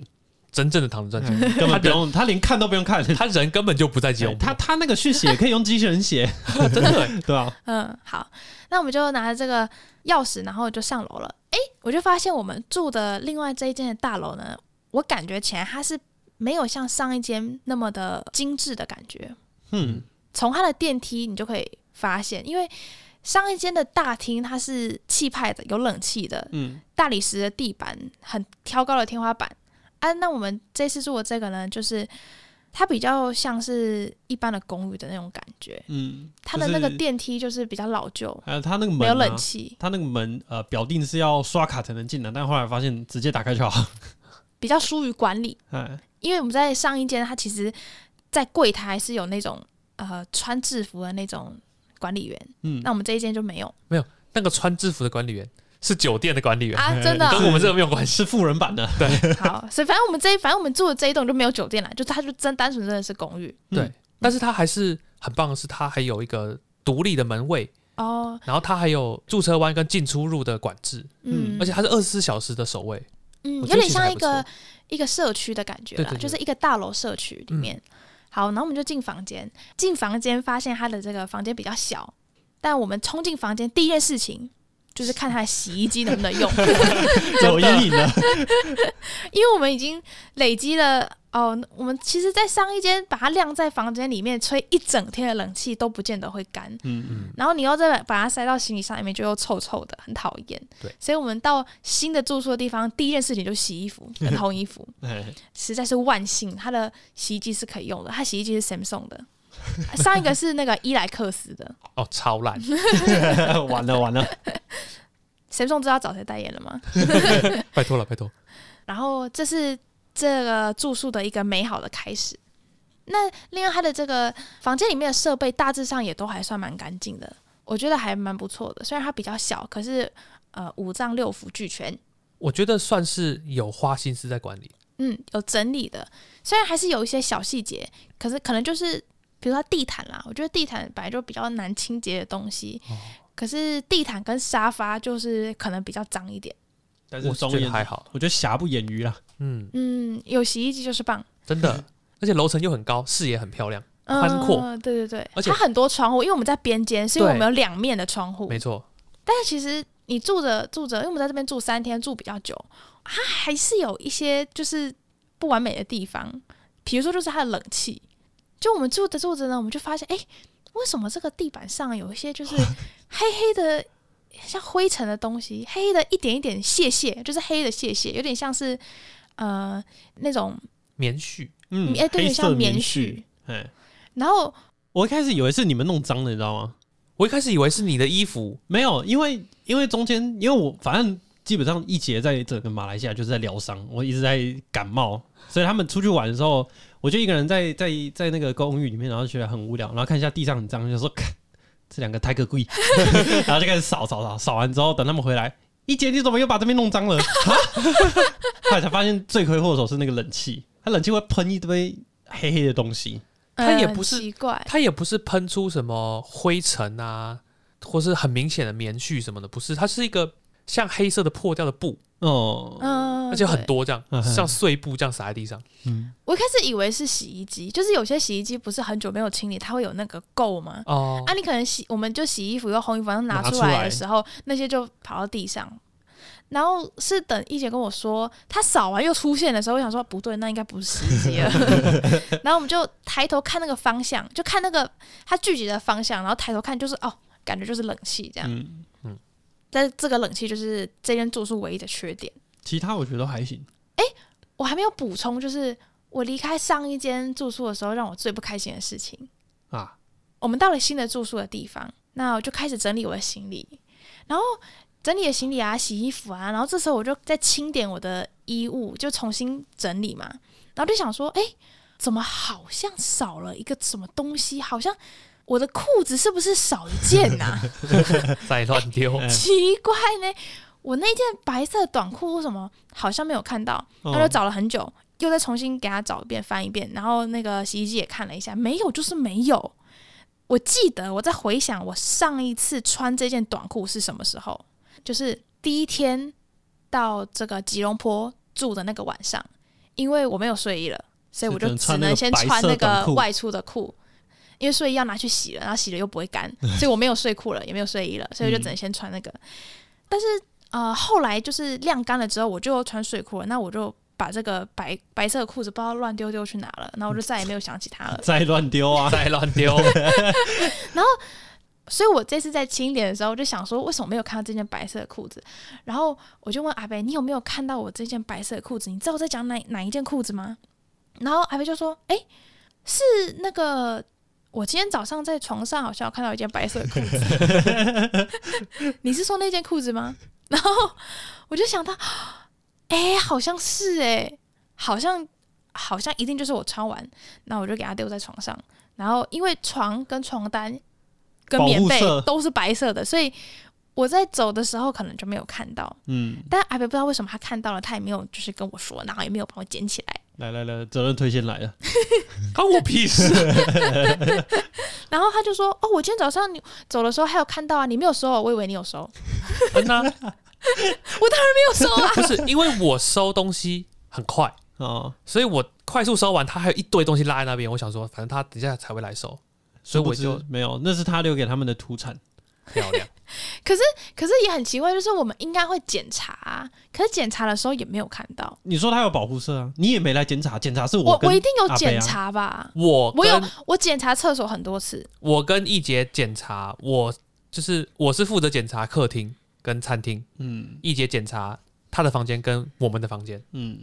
Speaker 1: 真正的躺着赚钱，
Speaker 2: 嗯根本不用，他连看都不用看，
Speaker 1: 他人根本就不在吉
Speaker 2: 哎
Speaker 1: 隆
Speaker 2: 他
Speaker 1: 坡，
Speaker 2: 他那个去写可以用机器人写，
Speaker 1: 他真的欸
Speaker 2: 对啊，
Speaker 3: 嗯，好，那我们就拿着这个钥匙，然后就上楼了。哎、我就发现我们住的另外这一间的大楼呢，我感觉起来它是没有像上一间那么的精致的感觉。
Speaker 2: 嗯，
Speaker 3: 从它的电梯你就可以发现，因为上一间的大厅它是气派的，有冷气的，
Speaker 2: 嗯，
Speaker 3: 大理石的地板，很挑高的天花板。啊，那我们这次住的这个呢，就是它比较像是一般的公寓的那种感觉，
Speaker 2: 嗯，
Speaker 3: 它的那个
Speaker 2: 就是，
Speaker 3: 电梯就是比较老旧，
Speaker 2: 还有他那个门
Speaker 3: 没
Speaker 2: 啊
Speaker 3: 有冷气，
Speaker 2: 他那个门呃，表定是要刷卡才能进的，但后来发现直接打开就好。
Speaker 3: 比较疏于管理。
Speaker 2: 哎，
Speaker 3: 因为我们在上一间，它其实，在柜台是有那种呃穿制服的那种管理员，
Speaker 2: 嗯
Speaker 3: 那，我们这一间就没有
Speaker 1: 那个穿制服的管理员是酒店的管理员，
Speaker 3: 啊，真的哦、
Speaker 1: 跟我们这个没有关系。
Speaker 2: 是富人版 的，
Speaker 3: 好，所以反正我们这一，反正我们住的这一栋就没有酒店啦，就它就真单纯真的是公寓
Speaker 1: 对，但是他还是很棒的是，他还有一个独立的门卫，
Speaker 3: 哦，
Speaker 1: 然后他还有驻车弯跟进出入的管制，
Speaker 3: 嗯，
Speaker 1: 而且他是二十四小时的守卫。
Speaker 3: 嗯，
Speaker 1: 我
Speaker 3: 有
Speaker 1: 觉得其
Speaker 3: 点
Speaker 1: 实
Speaker 3: 像
Speaker 1: 还
Speaker 3: 一
Speaker 1: 不错
Speaker 3: 个一个社区的感觉啦，
Speaker 1: 对对嗯对
Speaker 3: 就是一个大楼社区里面。好，然后我们就进房间，进房间发现他的这个房间比较小，但我们冲进房间第一件事情就是看他的洗衣机能不能 用，
Speaker 2: 有阴影的，
Speaker 3: 因为我们已经累积了哦，我们其实，在上一间把它晾在房间里面吹一整天的冷气都不见得会干，
Speaker 2: 嗯嗯，
Speaker 1: 嗯，
Speaker 3: 然后你又再把它塞到行李箱里面，就又臭臭的，很讨厌。
Speaker 1: 对，
Speaker 3: 所以我们到新的住宿的地方，第一件事情就洗衣服嗯跟烘衣服。
Speaker 2: 哎，
Speaker 3: 实在是万幸，它的洗衣机是可以用的，它洗衣机是 Samsung 的，上一个是那个伊莱克斯的。
Speaker 1: 哦，超 烂，
Speaker 2: 完了完了，
Speaker 3: Samsung 知道找谁代言了吗？
Speaker 1: 拜托了，拜托。
Speaker 3: 然后这是这个住宿的一个美好的开始。那另外，它的这个房间里面的设备大致上也都还算蛮干净的，我觉得还蛮不错的。虽然它比较小，可是呃五脏六腑俱全，
Speaker 1: 我觉得算是有花心思在管理，
Speaker 3: 嗯，有整理的。虽然还是有一些小细节，可是可能就是比如说地毯啦，我觉得地毯本来就比较难清洁的东西，
Speaker 1: 哦
Speaker 3: 可是地毯跟沙发就是可能比较脏一点。
Speaker 2: 但
Speaker 1: 我
Speaker 2: 是
Speaker 1: 是
Speaker 2: 总
Speaker 1: 觉
Speaker 2: 而
Speaker 1: 得
Speaker 2: 言之
Speaker 1: 还，好。
Speaker 2: 我觉得瑕不掩瑜啦，啊
Speaker 1: 嗯，
Speaker 3: 嗯，有洗衣机就是棒，
Speaker 1: 真 的，而且楼层又很高，视野很漂亮，宽阔
Speaker 3: 嗯，对对对，
Speaker 1: 而且
Speaker 3: 它很多窗户，因为我们在边间，所以我
Speaker 1: 对
Speaker 3: 们有两面的窗户
Speaker 1: 没。错。
Speaker 3: 但是其实你住着住着，因为我们在这边住三天，住比较久，它还是有一些就是不完美的地方，比如说就是它的冷气。就我们住着住着呢，我们就发现，哎、为什么这个地板上有一 些就是黑黑的，像灰尘的东西，黑黑的一点一点屑屑，就是黑的屑屑，有点像是呃那种
Speaker 1: 棉絮，
Speaker 2: 嗯，
Speaker 3: 哎、对，有
Speaker 2: 黑
Speaker 3: 点
Speaker 2: 色
Speaker 3: 像棉
Speaker 2: 絮
Speaker 3: 絮，。
Speaker 2: 哎，
Speaker 3: 然后
Speaker 2: 我一开始以为是你们弄脏的，你知道吗？
Speaker 1: 我一开始以为是你的衣服，
Speaker 2: 没有，因为因为中间，因为我反正基本上一节在整个马来西亚就是在疗伤，我一直在感冒，所以他们出去玩的时候，我就一个人在在在那个公寓里面，然后觉得很无聊，然后看一下地上很脏，就说 看这两个太可贵， 然后就开始扫扫扫，扫完之后等他们回来，一节你怎么又把这边弄脏了？啊后来才发现罪魁祸首是那个冷气，它冷气会喷一堆黑黑的东西，
Speaker 1: 它也
Speaker 3: 嗯
Speaker 1: 不是
Speaker 3: 奇怪，
Speaker 1: 它也不是喷出什么灰尘啊，或是很明显的棉絮什么的，不是，它是一个像黑色的破掉的布，
Speaker 2: 哦，
Speaker 3: 嗯，
Speaker 1: 而且
Speaker 3: 对
Speaker 1: 很多这样
Speaker 2: 嗯，哼
Speaker 1: 像碎布这样撒在地上。
Speaker 2: 嗯，
Speaker 3: 我一开始以为是洗衣机，就是有些洗衣机不是很久没有清理，它会有那个垢吗？
Speaker 1: 哦
Speaker 3: 啊，，你可能洗，我们就洗衣服又烘衣服，然后拿
Speaker 2: 拿
Speaker 3: 出
Speaker 2: 出
Speaker 3: 来
Speaker 2: 来
Speaker 3: 的时候，那些就跑到地上。然后是等一姐跟我说，她扫完又出现的时候，我想说不对，那应该不是洗衣机了。 然后我们就抬头看那个方向，就看那个它聚集的方向，然后抬头看就是哦，感觉就是冷气这样。
Speaker 2: 嗯，
Speaker 3: 但是这个冷气就是这间住宿唯一的缺点。
Speaker 2: 其他我觉得都还行，
Speaker 3: 我还没有补充，就是我离开上一间住宿的时候，让我最不开心的事情。
Speaker 2: 啊，
Speaker 3: 我们到了新的住宿的地方，那我就开始整理我的行李，然后整理的行李啊，洗衣服啊，然后这时候我就在清点我的衣物，就重新整理嘛，然后就想说，哎、怎么好像少了一个什么东西？好像我的裤子是不是少一件呐、
Speaker 1: 再乱丢，
Speaker 2: 哎
Speaker 3: 奇怪呢，我那件白色短裤为什么好像没有看到？
Speaker 2: 哦
Speaker 3: 他就找了很久，又再重新给他找一遍、翻一遍，然后那个洗衣机也看了一下，没有就是没有。我记得我在回想我上一次穿这件短裤是什么时候，就是第一天到这个吉隆坡住的那个晚上，因为我没有睡衣了，所以我
Speaker 2: 只
Speaker 3: 就
Speaker 2: 能
Speaker 3: 只
Speaker 2: 穿那
Speaker 3: 能
Speaker 2: 个
Speaker 3: 先
Speaker 2: 白色
Speaker 3: 穿那
Speaker 2: 短
Speaker 3: 个
Speaker 2: 裤。
Speaker 3: 外出的裤。因为睡衣要拿去洗了，然后洗了又不会干，所以我没有睡裤了，也没有睡衣了，所以我就只能先穿那个。但是呃，后来就是晾干了之后，我就穿睡裤了，那我就把这个白白色的裤子不知道乱丢丢去哪了，然后我就再也没有想起它了
Speaker 2: 再乱丢 啊！
Speaker 1: 再乱 丢，
Speaker 3: 所以我这次在清点的时候，我就想说，为什么没有看到这件白色的裤子？然后我就问阿贝，你有没有看到我这件白色的裤子？你知道我在讲哪哪一件裤子吗？然后阿贝就说，诶，是那个。我今天早上在床上好像有看到一件白色的裤子， 你是说那件裤子吗？然后我就想到，诶，好像是诶，好像好像一定就是我穿完，那我就给它丢在床上。然后因为床跟床单跟
Speaker 2: 保护
Speaker 3: 棉被
Speaker 2: 色
Speaker 3: 都是白色的，所以我在走的时候可能就没有看到。
Speaker 2: 嗯，
Speaker 3: 但阿北不知道为什么他看到了，他也没有就是跟我说，然后也没有帮我捡起来。
Speaker 2: 来来来，责任推先来了，
Speaker 1: 关我屁事。
Speaker 3: 然后他就说：“哦，我今天早上你走的时候还有看到啊，你没有收，我以为你有收，没
Speaker 1: 嗯呐、
Speaker 3: 有收啊。
Speaker 1: 不是因为我收东西很快，
Speaker 2: 哦，
Speaker 1: 所以我快速收完，他还有一堆东西拉在那边。我想说，反正他等一下才会来收，所以我
Speaker 2: 殊不
Speaker 1: 就
Speaker 2: 知没有，那是他留给他们的土产。
Speaker 1: 漂 亮。
Speaker 3: 可是也很奇怪，就是我们应该会检查啊，可是检查的时候也没有看到。
Speaker 2: 你说他有保护色啊？你也没来检查，检查是
Speaker 3: 我
Speaker 2: 跟
Speaker 3: 一定有
Speaker 2: 阿伯啊
Speaker 3: 检查吧？
Speaker 1: 我
Speaker 3: 我有
Speaker 1: 跟
Speaker 3: 我检查厕所很多次，
Speaker 1: 我跟易杰检查，我就是我是负责检查客厅跟餐厅，
Speaker 2: 嗯
Speaker 1: 易杰检查他的房间跟我们的房间。
Speaker 2: 嗯，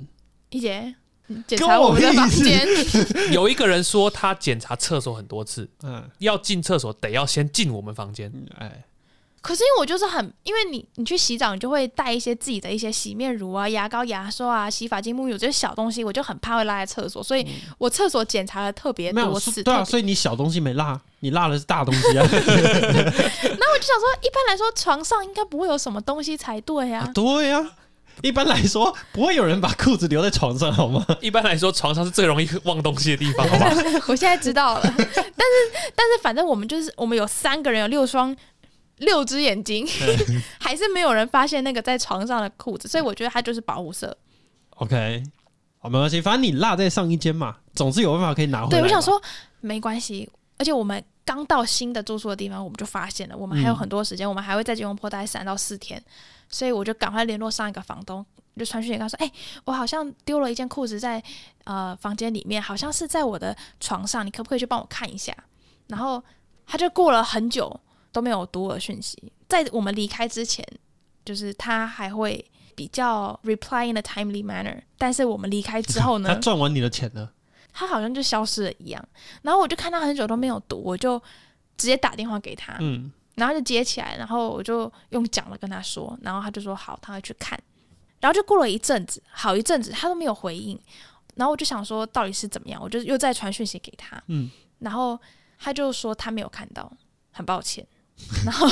Speaker 3: 一姐嗯检
Speaker 2: 跟
Speaker 3: 查
Speaker 2: 我
Speaker 3: 我们的
Speaker 2: 屁
Speaker 3: 房
Speaker 2: 事
Speaker 3: 间，
Speaker 1: 有一个人说他检查厕所很多次，
Speaker 2: 嗯，
Speaker 1: 要进厕所得要先进我们房 间。
Speaker 2: 哎，
Speaker 3: 可是因为我就是很，因为你你去洗澡，你就会带一些自己的一些洗面乳啊、牙膏、牙刷啊、洗发精、沐浴乳这些小东西，我就很怕会落在厕所，所以我厕所检查了特别
Speaker 2: 嗯没有
Speaker 3: 多次。
Speaker 2: 对啊，
Speaker 3: 特别
Speaker 2: 所以你小东西没落，你落的是大东西啊。
Speaker 3: 那我就想说，一般来说床上应该不会有什么东西才对呀、
Speaker 2: 啊 对呀、一般来说不会有人把裤子留在床上 好吗？
Speaker 1: 一般来说，床上是最容易忘东西的地方，好吧？
Speaker 3: 我现在知道 了，但是但是反正我们就是我们有三个人有六双六只眼睛， 还是没有人发现那个在床上的裤子，所以我觉得它就是保护色。
Speaker 2: OK，好，哦没关系，反正你落在上一间嘛，总是有办法可以拿回来。
Speaker 3: 对，我想，说没关系，而且我们刚到新的住宿的地方，我们就发现了，我们还有
Speaker 2: 嗯
Speaker 3: 很多时间，我们还会在吉隆坡待三到四天，所以我就赶快联络上一个房东，就传讯息跟他说：“哎、我好像丢了一件裤子在呃房间里面，好像是在我的床上，你可不可以去帮我看一下？”然后他就过了很久都没有读我的讯息，在我们离开之前，就是他还会。比较 reply in a timely manner，但是我们离开之后呢，
Speaker 2: 他赚完你的钱了，
Speaker 3: 他好像就消失了一样。然后我就看他很久都没有读，我就直接打电话给他，
Speaker 2: 嗯，
Speaker 3: 然后就接起来，然后我就用讲的跟他说，然后他就说好，他会去看。然后就过了一阵子，好一阵子他都没有回应，然后我就想说到底是怎么样，我就又再传讯息给他，
Speaker 2: 嗯，
Speaker 3: 然后他就说他没有看到，很抱歉。然后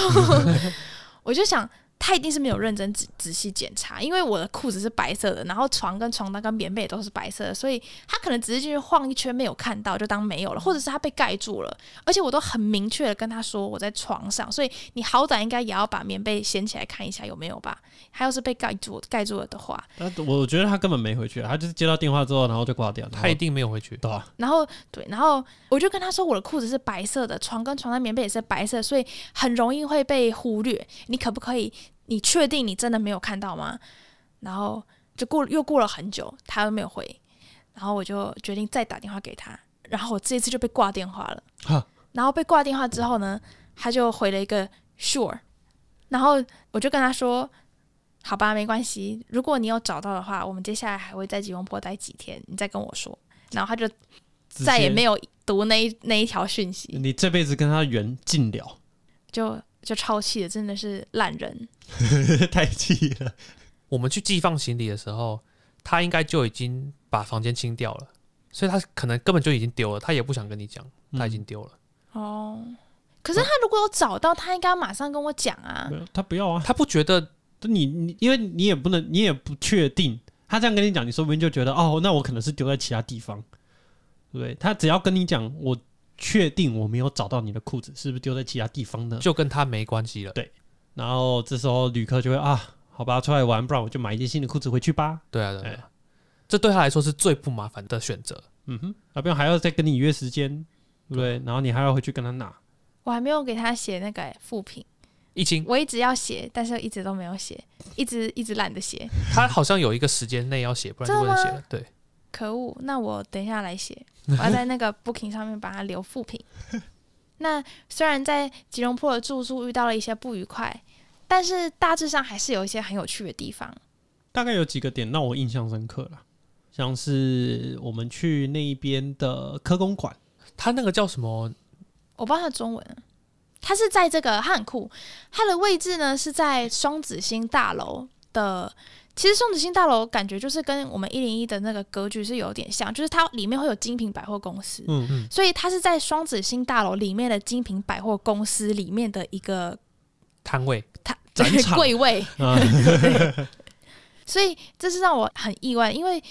Speaker 3: 我就想。他一定是没有认真仔仔细检查，因为我的裤子是白色的，然后床跟床单跟棉被也都是白色的，所以他可能只是进去晃一圈没有看到，就当没有了，或者是他被盖住了。而且我都很明确的跟他说我在床上，所以你好歹应该也要把棉被掀起来看一下有没有吧。他要是被盖住盖住了的话，
Speaker 2: 但我觉得他根本没回去，他就是接到电话之后，然后就挂掉，然后
Speaker 1: 他一定没有回去。啊
Speaker 2: 对吧？
Speaker 3: 然后对，然后我就跟他说我的裤子是白色的，床跟床单棉被也是白色，所以很容易会被忽略。你可不可以？你确定你真的没有看到吗？然后就过又过了很久，他又没有回，然后我就决定再打电话给他，然后我这一次就被挂电话了。
Speaker 2: 哈，
Speaker 3: 然后被挂电话之后呢，他就回了一个 sure，然后我就跟他说，好吧，没关系，如果你有找到的话，我们接下来还会在吉隆坡待几天，你再跟我说。然后他就再也没
Speaker 2: 有，
Speaker 3: 有读那一那一条讯息，
Speaker 2: 你这辈子跟他缘尽了，
Speaker 3: 就就超气的，真的是烂人。
Speaker 2: 太气了。
Speaker 1: 我们去寄放行李的时候，他应该就已经把房间清掉了，所以他可能根本就已经丢了，他也不想跟你讲，
Speaker 2: 嗯
Speaker 1: 他已经丢了。
Speaker 3: 哦，可是他如果有找到，他应该马上跟我讲啊
Speaker 2: 没。有他不要啊，
Speaker 1: 他不觉得
Speaker 2: 你你因为你也不能，你也不确定。他这样跟你讲，你说不定就觉得哦，那我可能是丢在其他地方，对不对？他只要跟你讲，我确定我没有找到你的裤子，是不是丢在其他地方呢？
Speaker 1: 就跟他没关系了。
Speaker 2: 然后这时候旅客就会啊，好吧，出来玩，不然我就买一件新的裤子回去吧。
Speaker 1: 对啊，对啊对
Speaker 2: 哎
Speaker 1: 啊，这对他来说是最不麻烦的选择。
Speaker 2: 嗯哼，啊，不用还要再跟你约时间，对不对？然后你还要回去跟他拿。
Speaker 3: 我还没有给他写那个欸复评，
Speaker 1: 易经
Speaker 3: 我一直要写，但是一直都没有写，一直一直懒得写，
Speaker 1: 他好像有一个时间内要写，不然就不能写了。对，
Speaker 3: 可恶！那我等一下 来写，我要在那个 Booking 上面把它留复评。那虽然在吉隆坡的住宿遇到了一些不愉快，但是大致上还是有一些很有趣的地方。
Speaker 2: 大概有几个点让我印象深刻了，像是我们去那一边的科 工馆，
Speaker 1: 他那个叫什么？
Speaker 3: 我不知道它的中文啊，它是在这个它很酷，它的位置呢是在双子星大楼的。其实双子星大楼感觉就是跟我们一零一的那个格局是有点像，就是它里面会有精品百货公司，
Speaker 2: 嗯嗯，
Speaker 3: 所以它是在双子星大楼里面的精品百货公司里面的一个
Speaker 1: 摊位？
Speaker 3: 它
Speaker 2: 展场
Speaker 3: 柜位，
Speaker 2: 啊，
Speaker 3: 所以这是让我很意外，因为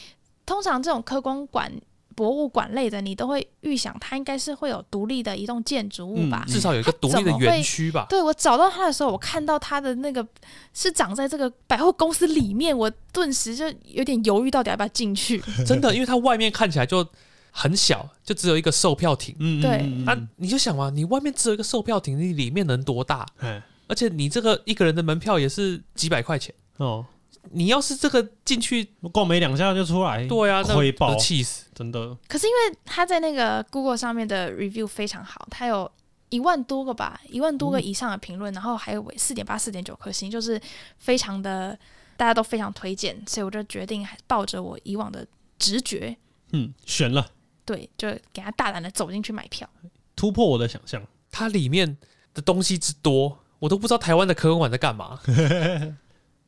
Speaker 3: 通常这种科工馆、博物馆类的，你都会预想它应该是会有独立的一栋建筑物吧
Speaker 2: 嗯，
Speaker 1: 至少有一个独立的园区吧。
Speaker 3: 对我找到他的时候，我看到他的那个是长在这个百货公司里面，我顿时就有点犹豫，到底要不要进去。
Speaker 1: 真的，因为它外面看起来就很小，就只有一个售票亭。
Speaker 2: 嗯，
Speaker 3: 对
Speaker 2: 嗯嗯
Speaker 1: 那、你就想嘛，你外面只有一个售票亭，你里面能多大？
Speaker 2: 哎
Speaker 1: 而且你这个一个人的门票也是几百块钱，
Speaker 2: 哦，
Speaker 1: 你要是这个进去，
Speaker 2: 逛没两下就出来，
Speaker 1: 对啊，那
Speaker 2: 亏爆
Speaker 1: 那气死！
Speaker 2: 真的，
Speaker 3: 可是因为他在那个 Google 上面的 review 非常好，他有一万多个吧，一万多个以上的评论，然后还有四点八、四点九颗星，就是非常的大家都非常推荐，所以我就决定还抱着我以往的直觉，
Speaker 2: 嗯，悬了，
Speaker 3: 对，就给他大胆的走进去买票。
Speaker 2: 突破我的想象。
Speaker 1: 它里面的东西之多，我都不知道台湾的科文馆在干 嘛。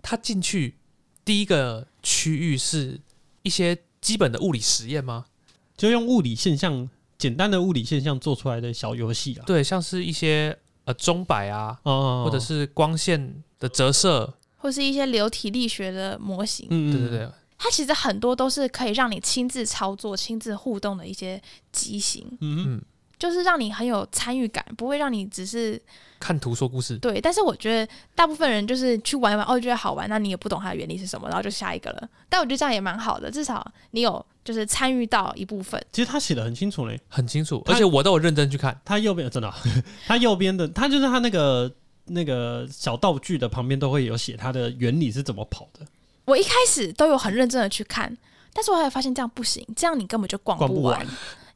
Speaker 1: 它进去第一个区域是一些基本的物理实验吗？
Speaker 2: 就用物理现象，简单的物理现象做出来的小游戏啊，
Speaker 1: 对，像是一些呃钟摆啊，
Speaker 2: 哦，
Speaker 1: 或者是光线的折射，
Speaker 3: 或是一些流体力学的模型，
Speaker 2: 嗯，嗯
Speaker 1: 对对，对，
Speaker 3: 它其实很多都是可以让你亲自操作、亲自互动的一些机型，
Speaker 2: 嗯嗯
Speaker 3: 就是让你很有参与感，不会让你只是
Speaker 1: 看图说故事。
Speaker 3: 对。但是我觉得大部分人就是去玩一玩，哦，觉得好玩，那你也不懂它的原理是什么，然后就下一个了。但我觉得这样也蛮好的，至少你有就是参与到一部分。
Speaker 2: 其实他写的很清楚嘞，
Speaker 1: 很清楚，
Speaker 2: 它
Speaker 1: 而且我都有认真去看。
Speaker 2: 他右边真的 啊、他右边的，他就是他那个那个小道具的旁边都会有写它的原理是怎么跑的，
Speaker 3: 我一开始都有很认真的去看，但是我后来发现这样不行，这样你根本就逛
Speaker 2: 逛不
Speaker 3: 完。
Speaker 2: 完，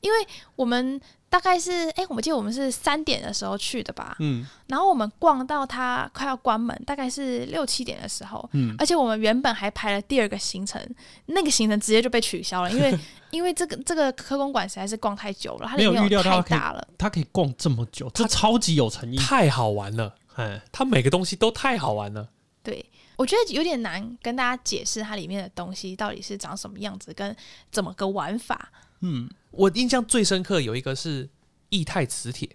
Speaker 3: 因为我们大概是哎、我们记得我们是三点的时候去的吧，
Speaker 2: 嗯
Speaker 3: 然后我们逛到它快要关门，大概是六七点的时候，
Speaker 2: 嗯，
Speaker 3: 而且我们原本还排了第二个行程，那个行程直接就被取消了，因 为因为这个这个科公馆实在是逛太久了，它里
Speaker 2: 没有
Speaker 3: 面
Speaker 2: 预料到它
Speaker 3: 太
Speaker 2: 可以
Speaker 3: 大了。
Speaker 2: 他可以逛这么久，这
Speaker 1: 它
Speaker 2: 超级有诚意，
Speaker 1: 太好玩了，
Speaker 2: 哎，
Speaker 1: 它每个东西都太好玩了。
Speaker 3: 对，我觉得有点难跟大家解释它里面的东西到底是长什么样子，跟怎么个玩法。
Speaker 2: 嗯
Speaker 1: 我印象最深刻有一个是液态磁铁，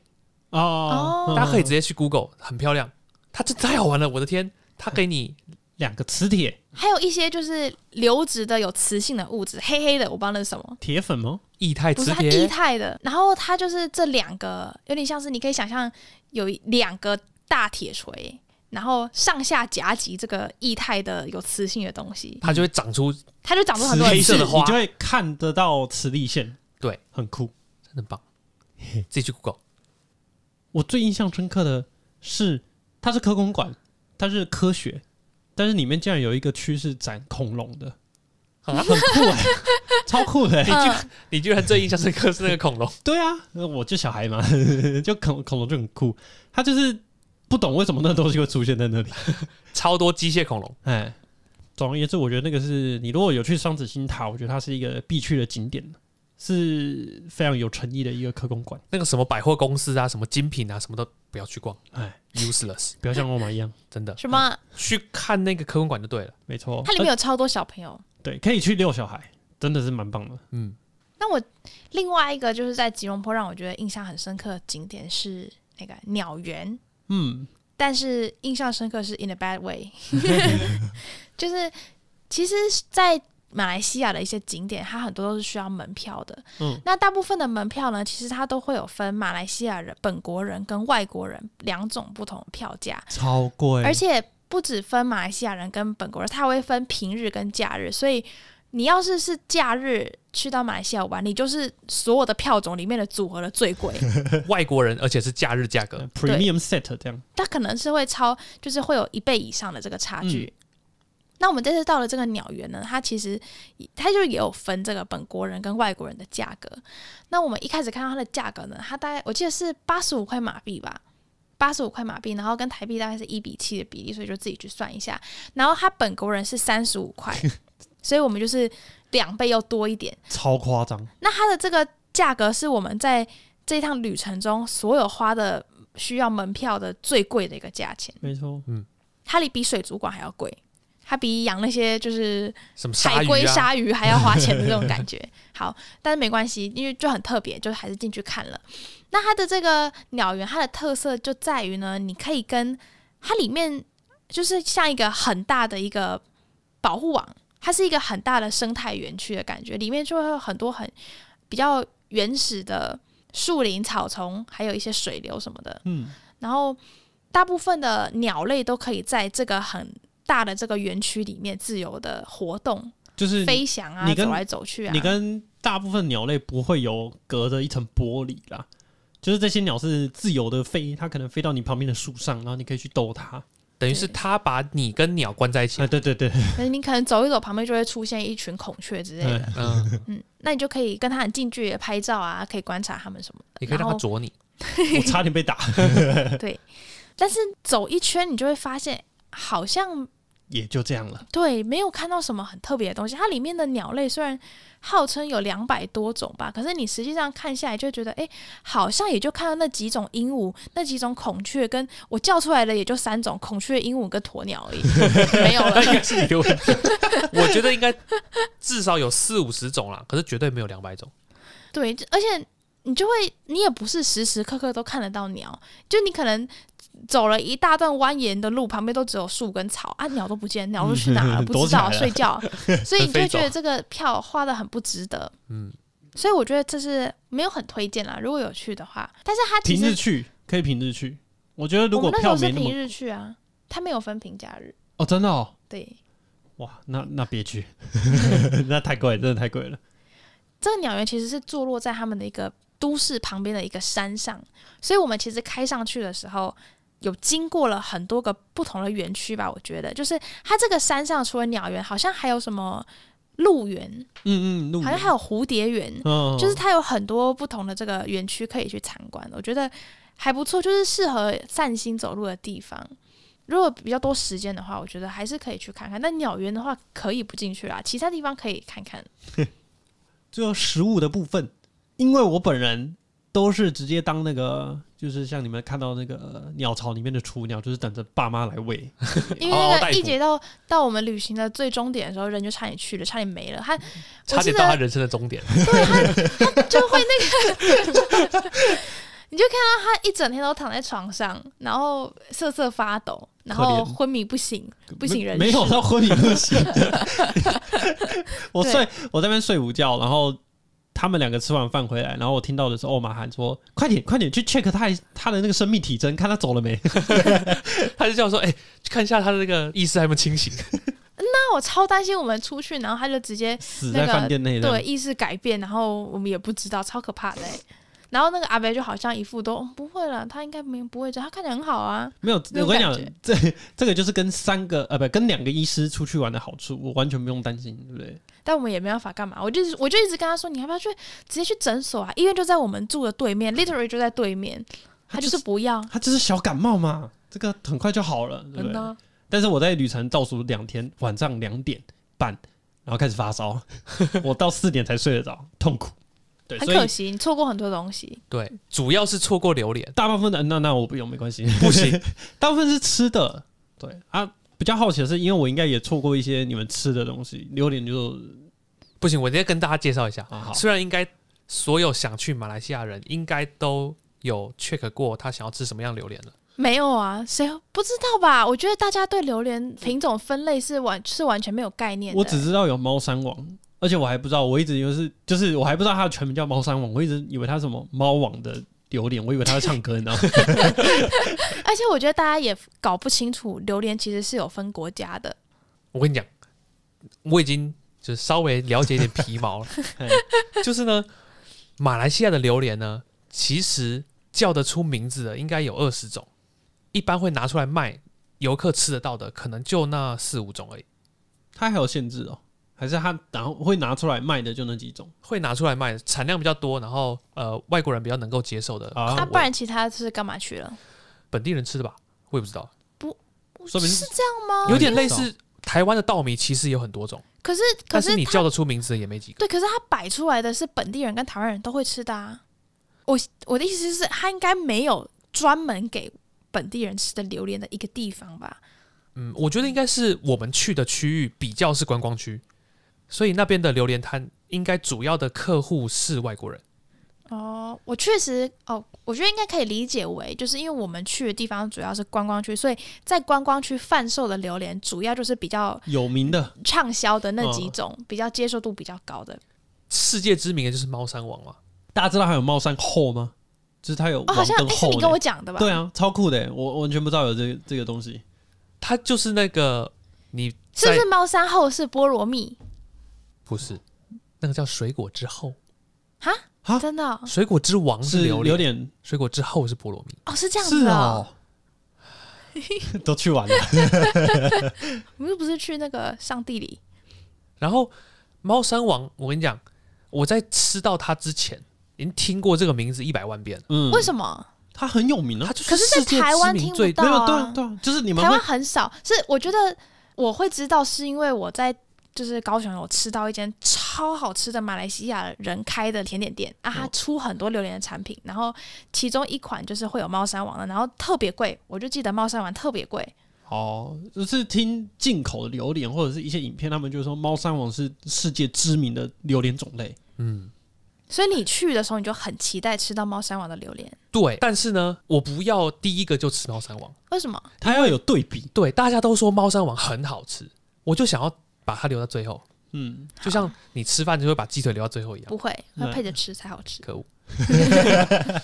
Speaker 2: 哦嗯
Speaker 3: 哦，
Speaker 1: 大家可以直接去 Google，很漂亮，它这太好玩了，我的天！它给你
Speaker 2: 两个磁铁
Speaker 3: 还有一些就是流质的有磁性的物质，黑黑的，我不知道那是什么。
Speaker 2: 铁粉吗？
Speaker 1: 液态
Speaker 3: 不
Speaker 1: 磁
Speaker 3: 是它液
Speaker 1: 铁，
Speaker 3: 态的，然后它就是这两个，有点像是你可以想象有两个大铁锤，然后上下夹击这个液态的有磁性的东西，
Speaker 1: 它就会长出，真
Speaker 3: 它就长出很
Speaker 2: 磁
Speaker 3: 多
Speaker 1: 黑
Speaker 2: 力
Speaker 1: 色
Speaker 2: 线
Speaker 1: 的
Speaker 3: 刺。
Speaker 1: 花
Speaker 2: 你就会看得到磁力线，
Speaker 1: 对，
Speaker 2: 很酷。
Speaker 1: 的棒。自己去 Google，
Speaker 2: 我最印象深刻的是，它是科工馆，它是科学，但是里面竟然有一个区是展恐龙的，
Speaker 1: 啊
Speaker 2: 很酷 哎、超酷的、欸。
Speaker 3: 嗯，
Speaker 1: 你居然最印象深刻是那个恐龙，
Speaker 2: 对啊，我就小孩嘛， 就恐恐龙就很酷。他就是不懂为什么那东西会出现在那里。
Speaker 1: 超多机械恐龙。
Speaker 2: 哎，总而言之，我觉得那个是你如果有去双子星塔，我觉得它是一个必去的景点，是非常有诚意的一个科工馆。
Speaker 1: 那个什么百货公司啊，什么精品啊，什么都不要去逛
Speaker 2: 哎，
Speaker 1: ，useless，
Speaker 2: 不要像我们一样，
Speaker 1: 真的。
Speaker 3: 什么？啊
Speaker 1: 去看那个科文馆就对了。
Speaker 2: 没错。呃
Speaker 3: 它里面有超多小朋友，
Speaker 2: 对，可以去遛小孩，真的是蛮棒的。
Speaker 1: 嗯，
Speaker 3: 那我另外一个就是在吉隆坡让我觉得印象很深刻的景点是那个鸟园，
Speaker 2: 嗯，
Speaker 3: 但是印象深刻是 in a bad way，就是其实，在马来西亚的一些景点，它很多都是需要门票的。
Speaker 2: 嗯，
Speaker 3: 那大部分的门票呢，其实它都会有分马来西亚人、本国人跟外国人两种不同的票价。
Speaker 2: 超贵，
Speaker 3: 而且不只分马来西亚人跟本国人，它还会分平日跟假日，所以你要是是假日去到马来西亚玩，你就是所有的票种里面的组合的最贵，
Speaker 1: 外国人，而且是假日价格，
Speaker 2: premium set 这样，
Speaker 3: 它可能是会超，就是会有一倍以上的这个差距。那我们这次到了这个鸟园呢，它其实它就也有分这个本国人跟外国人的价格。那我们一开始看到它的价格呢，它大概我记得是八十五块马币吧，八十五块马币，然后跟台币大概是一比七的比例，所以就自己去算一下。然后它本国人是三十五块，所以我们就是两倍又多一点。
Speaker 2: 超夸张，
Speaker 3: 那它的这个价格是我们在这一趟旅程中所有花的需要门票的最贵的一个价钱，
Speaker 2: 没错，
Speaker 3: 它里比水族馆还要贵，它比养那些就是
Speaker 1: 什么鲨
Speaker 3: 海
Speaker 1: 鱼
Speaker 3: 龟、
Speaker 1: 啊，
Speaker 3: 鲨鱼还要花钱的这种感觉。 好，但是没关系，因为就很特别，就还是进去看了。那它的这个鸟园，它的特色就在于呢，你可以跟它里面就是像一个很大的一个保护网，它是一个很大的生态园区的感觉，里面就会有很多很比较原始的树林、草丛，还有一些水流什么的。
Speaker 2: 嗯，
Speaker 3: 然后大部分的鸟类都可以在这个很大的这个园区里面自由的活动，
Speaker 2: 就是
Speaker 3: 飞翔啊，
Speaker 2: 你跟
Speaker 3: 走来走去啊
Speaker 2: 你。跟大部分鸟类不会有隔着一层玻璃啦，就是这些鸟是自由的飞，它可能飞到你旁边的树上，然后你可以去逗它。
Speaker 1: 等于是他把你跟鸟关在一起
Speaker 2: 哎，。对对对，
Speaker 3: 可是你可能走一走，旁边就会出现一群孔雀之类
Speaker 2: 哎
Speaker 3: 的，
Speaker 1: 嗯，
Speaker 3: 嗯，那你就可以跟它很近距离地拍照啊，可以观察它们什么的。
Speaker 1: 你可以
Speaker 3: 然
Speaker 1: 让
Speaker 3: 后
Speaker 1: 他啄你，
Speaker 2: 我差点被打，
Speaker 3: 对，但是走一圈你就会发现，好像
Speaker 2: 也就这样了。
Speaker 3: 对没有看到什么很特别的东西。它里面的鸟类虽然号称有两百多种吧，可是你实际上看下来就觉得，哎，好像也就看到那几种鹦鹉、那几种孔雀，跟我叫出来的也就三种孔雀、鹦鹉跟鸵 鸟而已，没有了
Speaker 1: 那。应该是你的问题。 我觉得应该至少有四五十种啦，可是绝对没有两百种。
Speaker 3: 对，这而且你就会，你也不是时时刻刻都看得到鸟，就你可能走了一大段蜿蜒的路，旁边都只有树跟草啊，鸟都不见，鸟都去哪了？不
Speaker 2: 躲
Speaker 3: 知
Speaker 2: 起来
Speaker 3: 道，
Speaker 2: 了
Speaker 3: 睡觉，所以你就会
Speaker 1: 飞走
Speaker 3: 觉得这个票花的很不值得。
Speaker 1: 嗯，
Speaker 3: 所以我觉得这是没有很推荐啦，如果有去的话，但是它其
Speaker 2: 平日
Speaker 3: 实
Speaker 2: 去可以平日去，我觉得如
Speaker 3: 我
Speaker 2: 果
Speaker 3: 们那时候
Speaker 2: 票
Speaker 3: 是
Speaker 2: 没那
Speaker 3: 平
Speaker 2: 么
Speaker 3: 日去啊，它没有分平假日，
Speaker 2: 哦，真的哦，
Speaker 3: 对。
Speaker 2: 哇，那那别去， 那太贵，真的太贵了。
Speaker 3: 这个鸟园其实是坐落在他们的一个都市旁边的一个山上，所以我们其实开上去的时候，有经过了很多个不同的园区吧。我觉得，就是它这个山上除了鸟园，好像还有什么鹿园，
Speaker 2: 嗯嗯，路
Speaker 3: 好像还有蝴蝶园，
Speaker 2: 嗯，
Speaker 3: 就是它有很多不同的这个园区可以去参观，我觉得还不错，就是适合散心走路的地方。如果比较多时间的话，我觉得还是可以去看看。但鸟园的话，可以不进去啦，其他地方可以看看。
Speaker 2: 最后食物的部分，因为我本人都是直接当那个，就是像你们看到那个呃鸟巢里面的雏鸟，就是等着爸妈来喂。
Speaker 3: 因为那个一节到到我们旅行的最终点的时候，人就差点去了，差点没了。他
Speaker 1: 差
Speaker 3: 我记
Speaker 1: 点到他
Speaker 3: 得
Speaker 1: 人生的终点。
Speaker 3: 就会那个，你就看到他一整天都躺在床上，然后瑟瑟发抖，然后
Speaker 2: 可怜
Speaker 3: 昏迷不醒，不省人
Speaker 2: 没没有
Speaker 3: 事
Speaker 2: 到昏迷不醒的。 我
Speaker 3: 对
Speaker 2: 睡，我在那边睡午觉，然后他们两个吃完饭回来，然后我听到的时候，哦我马喊说：“快点，快点去 check 他他的那个生命体征，看他走了没。
Speaker 1: 他就叫我说：“哎、看一下他的那个意识还有没有清 醒。
Speaker 3: 那我超担心我们出去，然后他就直接”
Speaker 2: 死
Speaker 3: 那
Speaker 2: 在
Speaker 3: 个
Speaker 2: 饭店内的。
Speaker 3: 对意识改变，然后我们也不知道，超可怕的欸、然后那个阿伯就好像一副都、哦不会了，他应该没不会这样，他看起来很好啊。
Speaker 2: 没有，
Speaker 3: 那
Speaker 2: 我
Speaker 3: 种
Speaker 2: 跟你
Speaker 3: 感
Speaker 2: 讲
Speaker 3: 觉，
Speaker 2: 这这个就是跟三个呃不跟两个医师出去玩的好处，我完全不用担心，对不对？
Speaker 3: 但我们也没办法干嘛，我就是我就一直跟他说，你要不要去直接去诊所啊？医院就在我们住的 对面，literally 就在对面。他就是不要，
Speaker 2: 他只是小感冒嘛，这个很快就好了，对不
Speaker 3: 真
Speaker 2: 对？
Speaker 3: 的。啊
Speaker 2: 但是我在旅程倒数两天，晚上两点半，然后开始发烧， 我到四点才睡得着，痛苦。对，
Speaker 3: 很
Speaker 2: 所
Speaker 3: 可
Speaker 2: 以
Speaker 3: 惜，你错过很多东西。
Speaker 1: 对，主要是错过榴莲，
Speaker 2: 大部分的那那我不用没关系，
Speaker 1: 不行，
Speaker 2: 大部分是吃的。对啊，比较好奇的是，因为我应该也错过一些你们吃的东西，榴莲就
Speaker 1: 不行，我直接跟大家介绍一下。
Speaker 2: 啊好
Speaker 1: 虽然应该所有想去马来西亚人应该都有 check 过他想要吃什么样榴莲了，
Speaker 3: 没有啊，谁不知道吧？我觉得大家对榴莲品种分类是完是完全没有概念的。
Speaker 2: 我只知道有猫山王，而且我还不知道，我一直以为是就是我还不知道它的全名叫猫山王，我一直以为它是什么猫王的榴莲，我以为它会唱歌，你知道吗？
Speaker 3: 而且我觉得大家也搞不清楚，榴莲其实是有分国家的。
Speaker 1: 我跟你讲，我已经就是稍微了解一点皮毛了
Speaker 2: 嘿。
Speaker 1: 就是呢，马来西亚的榴莲呢，其实叫得出名字的应该有二十种，一般会拿出来卖游客吃得到的，可能就那四五种而已。
Speaker 2: 它还有限制哦，还是它然后会拿出来卖的就那几种？
Speaker 1: 会拿出来卖，产量比较多，然后呃，外国人比较能够接受的口
Speaker 2: 啊
Speaker 1: 味，
Speaker 3: 啊，不然其他是干嘛去了？
Speaker 1: 本地人吃的吧，我也不知道，
Speaker 2: 说明
Speaker 3: 是这样吗？
Speaker 1: 有点类似台湾的稻米，其实有很多种，
Speaker 3: 可是可
Speaker 1: 但
Speaker 3: 是
Speaker 1: 是你
Speaker 3: 它
Speaker 1: 叫得出名字的也没几个。
Speaker 3: 对，可是它摆出来的是本地人跟台湾人都会吃的啊。我我的意思是，它应该没有专门给本地人吃的榴莲的一个地方吧？
Speaker 1: 嗯，我觉得应该是我们去的区域比较是观光区，所以那边的榴莲摊应该主要的客户是外国人。
Speaker 3: 哦，我确实哦，我觉得应该可以理解为，就是因为我们去的地方主要是观光区，所以在观光区贩售的榴莲主要就是比较
Speaker 2: 有名的
Speaker 3: 畅销的那几种，比较接受度比较高的。
Speaker 1: 世界知名的就是猫山王嘛，
Speaker 2: 大家知道还有猫山后吗？就是它有
Speaker 3: 哦，好
Speaker 2: 王
Speaker 3: 像
Speaker 2: 跟
Speaker 3: 诶是
Speaker 2: 后
Speaker 3: 你跟我讲的吧？
Speaker 2: 对，啊，超酷的，我我完全不知道有这个这个东西。
Speaker 1: 它就是那个你
Speaker 3: 是不
Speaker 1: 在
Speaker 3: 是猫山后是菠萝蜜？
Speaker 1: 不是那个叫水果之后，
Speaker 2: 啊
Speaker 3: 真的哦
Speaker 1: 水果之王是
Speaker 2: 是
Speaker 1: 榴
Speaker 2: 榴
Speaker 1: 莲，
Speaker 2: 莲
Speaker 1: 水果之后是菠萝蜜。
Speaker 3: 哦，是这样哦
Speaker 2: 是
Speaker 3: 子
Speaker 2: 哦， 都去 玩了。
Speaker 3: 我们又不是去那个上地理
Speaker 1: 然后猫山王，我跟你讲，我在吃到它之前已经听过这个名字一百万遍了，
Speaker 2: 嗯，
Speaker 3: 为什么？
Speaker 2: 它很有名啊
Speaker 1: 它？就
Speaker 3: 可
Speaker 1: 是
Speaker 3: 是在
Speaker 1: 世界
Speaker 3: 台
Speaker 1: 知
Speaker 3: 湾
Speaker 1: 名
Speaker 3: 听不
Speaker 1: 最
Speaker 3: 到
Speaker 2: 没有，对
Speaker 3: 啊
Speaker 2: 啊，对啊，就是你们
Speaker 3: 台
Speaker 2: 会
Speaker 3: 湾很少，是我觉得我会知道，是因为我在就是高雄有吃到一间超好吃的马来西亚人开的甜点店啊，
Speaker 2: 嗯
Speaker 3: 它出很多榴莲的产品，然后其中一款就是会有猫山王的，然后特别贵，我就记得猫山王特别贵，
Speaker 2: 哦，就是听进口的榴莲或者是一些影片，他们就说猫山王是世界知名的榴莲种类。
Speaker 1: 嗯。
Speaker 3: 所以你去的时候你就很期待吃到猫山王的榴莲，
Speaker 1: 对，但是呢，我不要第一个就吃猫山王。
Speaker 3: 为什么？
Speaker 2: 它要有对比，
Speaker 1: 对，大家都说猫山王很好吃，我就想要把它留到最后，
Speaker 2: 嗯，
Speaker 1: 就像你吃饭就会把鸡腿留到最后一样。
Speaker 3: 不会，
Speaker 2: 嗯
Speaker 3: 要配着吃才好吃。
Speaker 1: 可恶！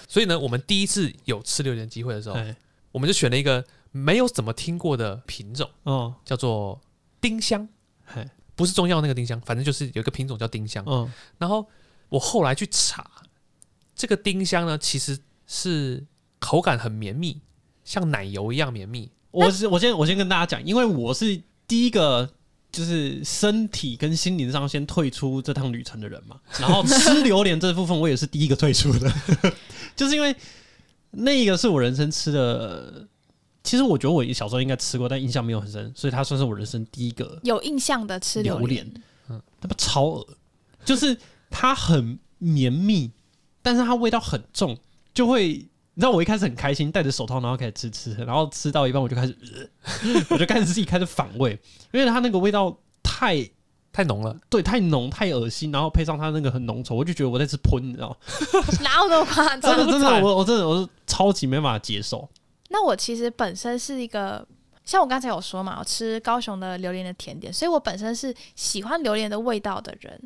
Speaker 1: 所以呢，我们第一次有吃榴莲机会的时候，
Speaker 2: 哎，
Speaker 1: 我们就选了一个没有怎么听过的品种，
Speaker 2: 哦，
Speaker 1: 叫做丁香，
Speaker 2: 哎，
Speaker 1: 不是中药那个丁香，反正就是有一个品种叫丁香。
Speaker 2: 嗯，
Speaker 1: 然后我后来去查，这个丁香呢，其实是口感很绵密，像奶油一样绵密。
Speaker 2: 我是我先我先跟大家讲，因为我是第一个就是身体跟心灵上先退出这趟旅程的人嘛，然后吃榴莲这部分我也是第一个退出的， 就是因为那个是我人生吃的，其实我觉得我小时候应该吃过，但印象没有很深，所以它算是我人生第一个
Speaker 3: 有印象的吃
Speaker 2: 榴
Speaker 3: 榴
Speaker 2: 莲，他妈超恶，就是它很绵密，但是它味道很重，就会你知道我一开始很开心，戴着手套然后开始吃吃，然后吃到一半我就开始，呃 我就开始自己开始反胃，因为它那个味道太
Speaker 1: 太浓了，
Speaker 2: 对太浓太恶心，然后配上它那个很浓稠，我就觉得我在吃喷，你知道吗？
Speaker 3: 哪有那么夸
Speaker 2: 真的
Speaker 3: 张？啊
Speaker 2: 真的，我我真的我是超级没办法接受，
Speaker 3: 那我其实本身是一个，像我刚才有说嘛，我吃高雄的榴莲的甜点，所以我本身是喜欢榴莲的味道的人。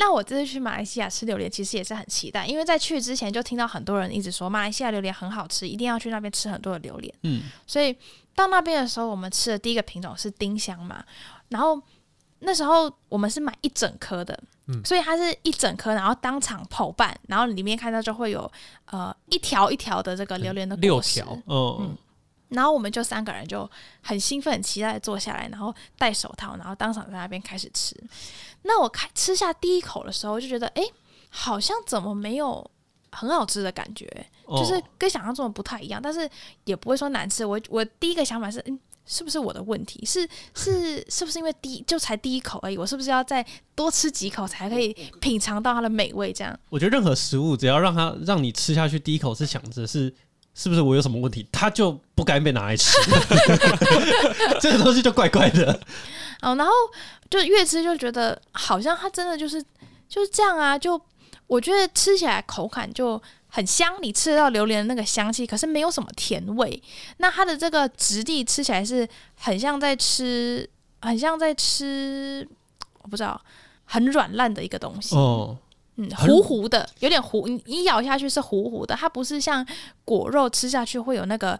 Speaker 3: 那我这次去马来西亚吃榴莲，其实也是很期待，因为在去之前就听到很多人一直说马来西亚榴莲很好吃，一定要去那边吃很多的榴莲。
Speaker 2: 嗯，
Speaker 3: 所以到那边的时候，我们吃的第一个品种是丁香嘛，然后那时候我们是买一整颗的，
Speaker 1: 嗯
Speaker 3: 所以它是一整颗，然后当场剖半，然后里面看到就会有呃一条一条的这个榴莲的
Speaker 1: 六
Speaker 3: 果实，
Speaker 1: 条
Speaker 2: 嗯
Speaker 3: 然后我们就三个人就很兴奋、很期待地坐下来，然后戴手套，然后当场在那边开始吃。那我开吃下第一口的时候，就觉得诶，好像怎么没有很好吃的感觉，
Speaker 2: 哦
Speaker 3: 就是跟想象中的不太一样，但是也不会说难吃。我我第一个想法是，嗯，是不是我的问题？是是是不是因为第一就才第一口而已，我是不是要再多吃几口才可以品尝到它的美味？这样
Speaker 2: 我觉得任何食物只要让它让你吃下去，第一口是想着是是不是我有什么 问题，它就不该被拿来吃。这个东西就怪怪的。
Speaker 3: 哦，然后就越吃就觉得好像它真的就是就是这样啊，就我觉得吃起来口感就很香，你吃得到榴莲的那个香气，可是没有什么甜味。那它的这个质地吃起来是很像在吃，很像在吃，我不知道，很软烂的一个东西。
Speaker 2: 哦，
Speaker 3: 嗯，
Speaker 2: 很
Speaker 3: 糊糊的，有点糊，你一咬下去是糊糊的，它不是像果肉吃下去会有那个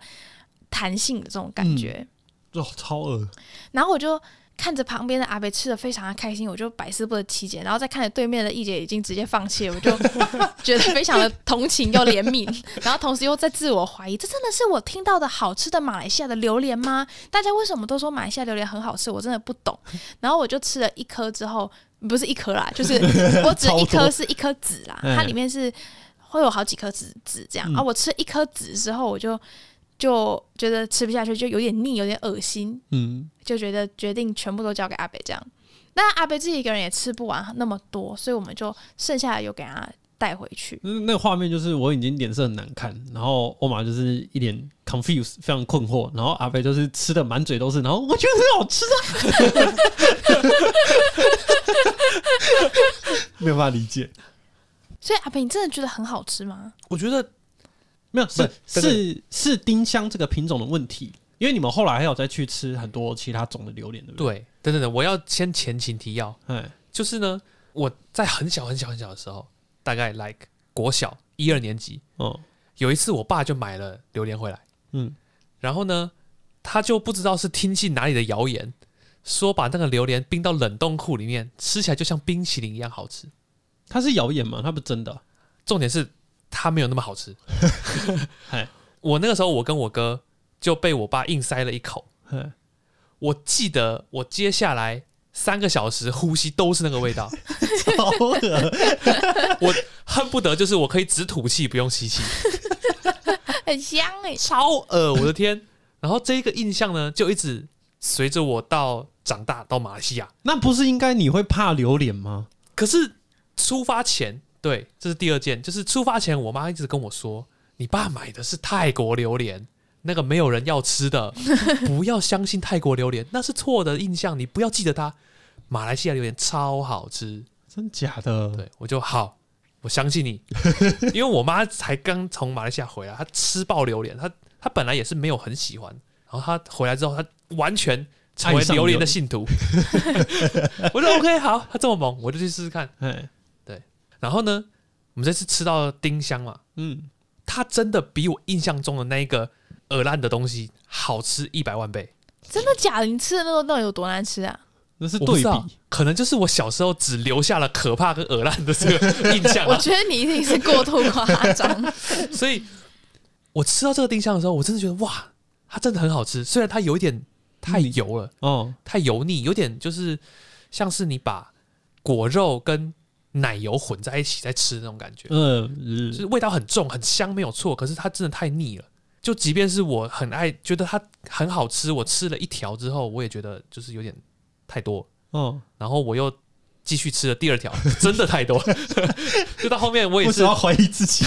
Speaker 3: 弹性的这种感觉。
Speaker 2: 哦，超恶，
Speaker 3: 然后我就看着旁边的阿北吃的非常的开心，我就百思不得其解，然后再看着对面的易姐已经直接放弃了， 我就觉得非常的同情又怜悯，然后同时又在自我怀疑，这真的是我听到的好吃的马来西亚的榴莲吗？大家为什么都说马来西亚榴莲很好吃？我真的不懂。然后我就吃了一颗之后，不是一颗啦， 就是我指
Speaker 2: 超
Speaker 3: 一颗
Speaker 2: 多
Speaker 3: 是一颗籽啦，
Speaker 2: 嗯
Speaker 3: 它里面是会有好几颗籽籽这样。
Speaker 2: 嗯
Speaker 3: 啊，我吃一颗籽之后，我就就觉得吃不下去，就有点腻，有点恶心，
Speaker 2: 嗯，
Speaker 3: 就觉得决定全部都交给阿北这样。那阿北自己一个人也吃不完那么多，所以我们就剩下的有给他带回去。
Speaker 2: 那那个画面就是我已经脸色很难看，然后欧玛就是一脸 confuse，非常困惑，然后阿飞就是吃的满嘴都是，然后我觉得很好吃啊， 没有办法理解，
Speaker 3: 所以阿北，你真的觉得很好吃吗？
Speaker 1: 我觉得
Speaker 2: 没有是
Speaker 1: 不是等
Speaker 2: 是是丁香这个品种的问题，因为你们后来还有再去吃很多其他种的榴莲，对不对？
Speaker 1: 对，等等等，我要先前情提要，
Speaker 2: 对，哎，
Speaker 1: 就是呢，我在很小很小很小的时候，大概 like 国小一二年级，
Speaker 2: 哦，
Speaker 1: 有一次我爸就买了榴莲回来，
Speaker 2: 嗯，
Speaker 1: 然后呢，他就不知道是听信哪里的谣言，说把那个榴莲冰到冷冻库里面，吃起来就像冰淇淋一样好吃。
Speaker 2: 它是谣言吗？它不是真的啊，
Speaker 1: 重点是它没有那么好吃
Speaker 2: 嗨。
Speaker 1: 我那个时候，我跟我哥就被我爸硬塞了一口。
Speaker 2: 哎，
Speaker 1: 我记得我接下来三个小时呼吸都是那个味道，
Speaker 2: 超恶，
Speaker 1: 我恨不得就是我可以只吐气不用吸气，
Speaker 3: 很香哎、
Speaker 1: 超恶，我的天！然后这一个印象呢，就一直随着我到长大到马来西亚。
Speaker 2: 那不是应该你会怕榴莲吗？
Speaker 1: 可是出发前，对，这是第二件，就是出发前，我妈一直跟我说，你爸买的是泰国榴莲，那个没有人要吃的，不要相信泰国榴莲，那是错的印象，你不要记得它。马来西亚榴莲超好吃，
Speaker 2: 真假的？
Speaker 1: 对我就好，我相信你， 因为我妈才刚从马来西亚回来，她吃爆榴莲，她她本来也是没有很喜欢，然后她回来之后，她完全成为
Speaker 2: 爱上
Speaker 1: 榴莲的
Speaker 2: 榴
Speaker 1: 信徒。 我说 OK，好，她这么猛，我就去试试看。
Speaker 2: 哎，
Speaker 1: 然后呢，我们这次吃到丁香嘛，
Speaker 2: 嗯，
Speaker 1: 它真的比我印象中的那一个鹅烂的东西好吃一百万倍。
Speaker 3: 真的假的？你吃的那个那有多难吃 啊？
Speaker 2: 那是
Speaker 1: 我不
Speaker 2: 对
Speaker 1: 知道
Speaker 2: 比，，
Speaker 1: 可能就是我小时候只留下了可怕跟鹅烂的这个 印象、
Speaker 3: 我
Speaker 1: 啊，
Speaker 3: 觉得你一定是过度夸 张。
Speaker 1: 所以我吃到这个丁香的时候，我真的觉得哇，它真的很好吃。虽然它有一点太油了，
Speaker 2: 哦，
Speaker 1: 太油腻，有点就是像是你把果肉跟奶油混在一起在吃的那种感觉。
Speaker 2: 呃，
Speaker 1: 就是味道很重、很香，没有错。可是它真的太腻了。就即便是我很爱，觉得它很好吃，我吃了一条之后，我也觉得就是有点太多。
Speaker 2: 哦，
Speaker 1: 然后我又继续吃了第二条，真的太多。 就到后面我也
Speaker 2: 为
Speaker 1: 是
Speaker 2: 什么，要怀疑自己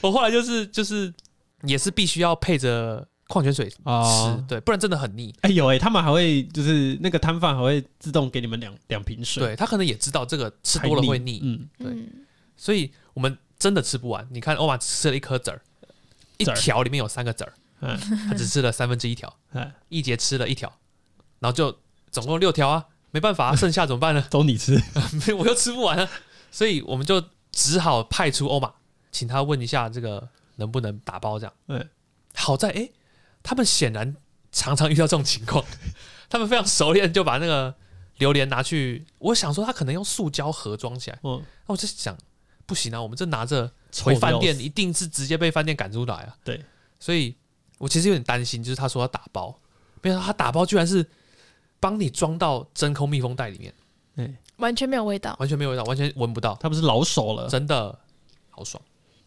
Speaker 1: 我后来就是就是也是必须要配着矿泉水吃，
Speaker 2: 啊？
Speaker 1: 对，不然真的很腻。
Speaker 2: 哎有哎，他们还会就是那个摊贩还会自动给你们两两瓶水，
Speaker 1: 对他可能也知道这个吃
Speaker 2: 太
Speaker 1: 多了会腻，
Speaker 2: 嗯，
Speaker 1: 对
Speaker 3: 嗯，
Speaker 1: 所以我们真的吃不完。你看欧玛吃了一颗籽儿，一
Speaker 2: 籽儿
Speaker 1: 条里面有三个籽儿，
Speaker 2: 哎
Speaker 1: 他只吃了三分之一条。
Speaker 2: 哎，
Speaker 1: 一节吃了一条，然后就总共六条啊，没办法、啊，剩下怎么办呢？
Speaker 2: 都你吃，
Speaker 1: 没有我又吃不完啊，所以我们就只好派出欧玛，请他问一下这个能不能打包这样。
Speaker 2: 嗯，
Speaker 1: 好在诶，他们显然常常遇到这种情况，他们非常熟练，就把那个榴莲拿去，我想说他可能用塑胶盒装起来，
Speaker 2: 嗯，
Speaker 1: 那我就想不行啊，我们这拿着
Speaker 2: 臭
Speaker 1: 回饭
Speaker 2: 要
Speaker 1: 店
Speaker 2: 死
Speaker 1: 一定是直接被饭店赶出来啊。
Speaker 2: 对，
Speaker 1: 所以我其实有点担心，就是他说要打包，没想到他打包居然是帮你装到真空密封袋里面，
Speaker 3: 完全没有味道。
Speaker 1: 完全没有味道，完全闻不到，
Speaker 2: 他不是老手了，
Speaker 1: 真的好爽。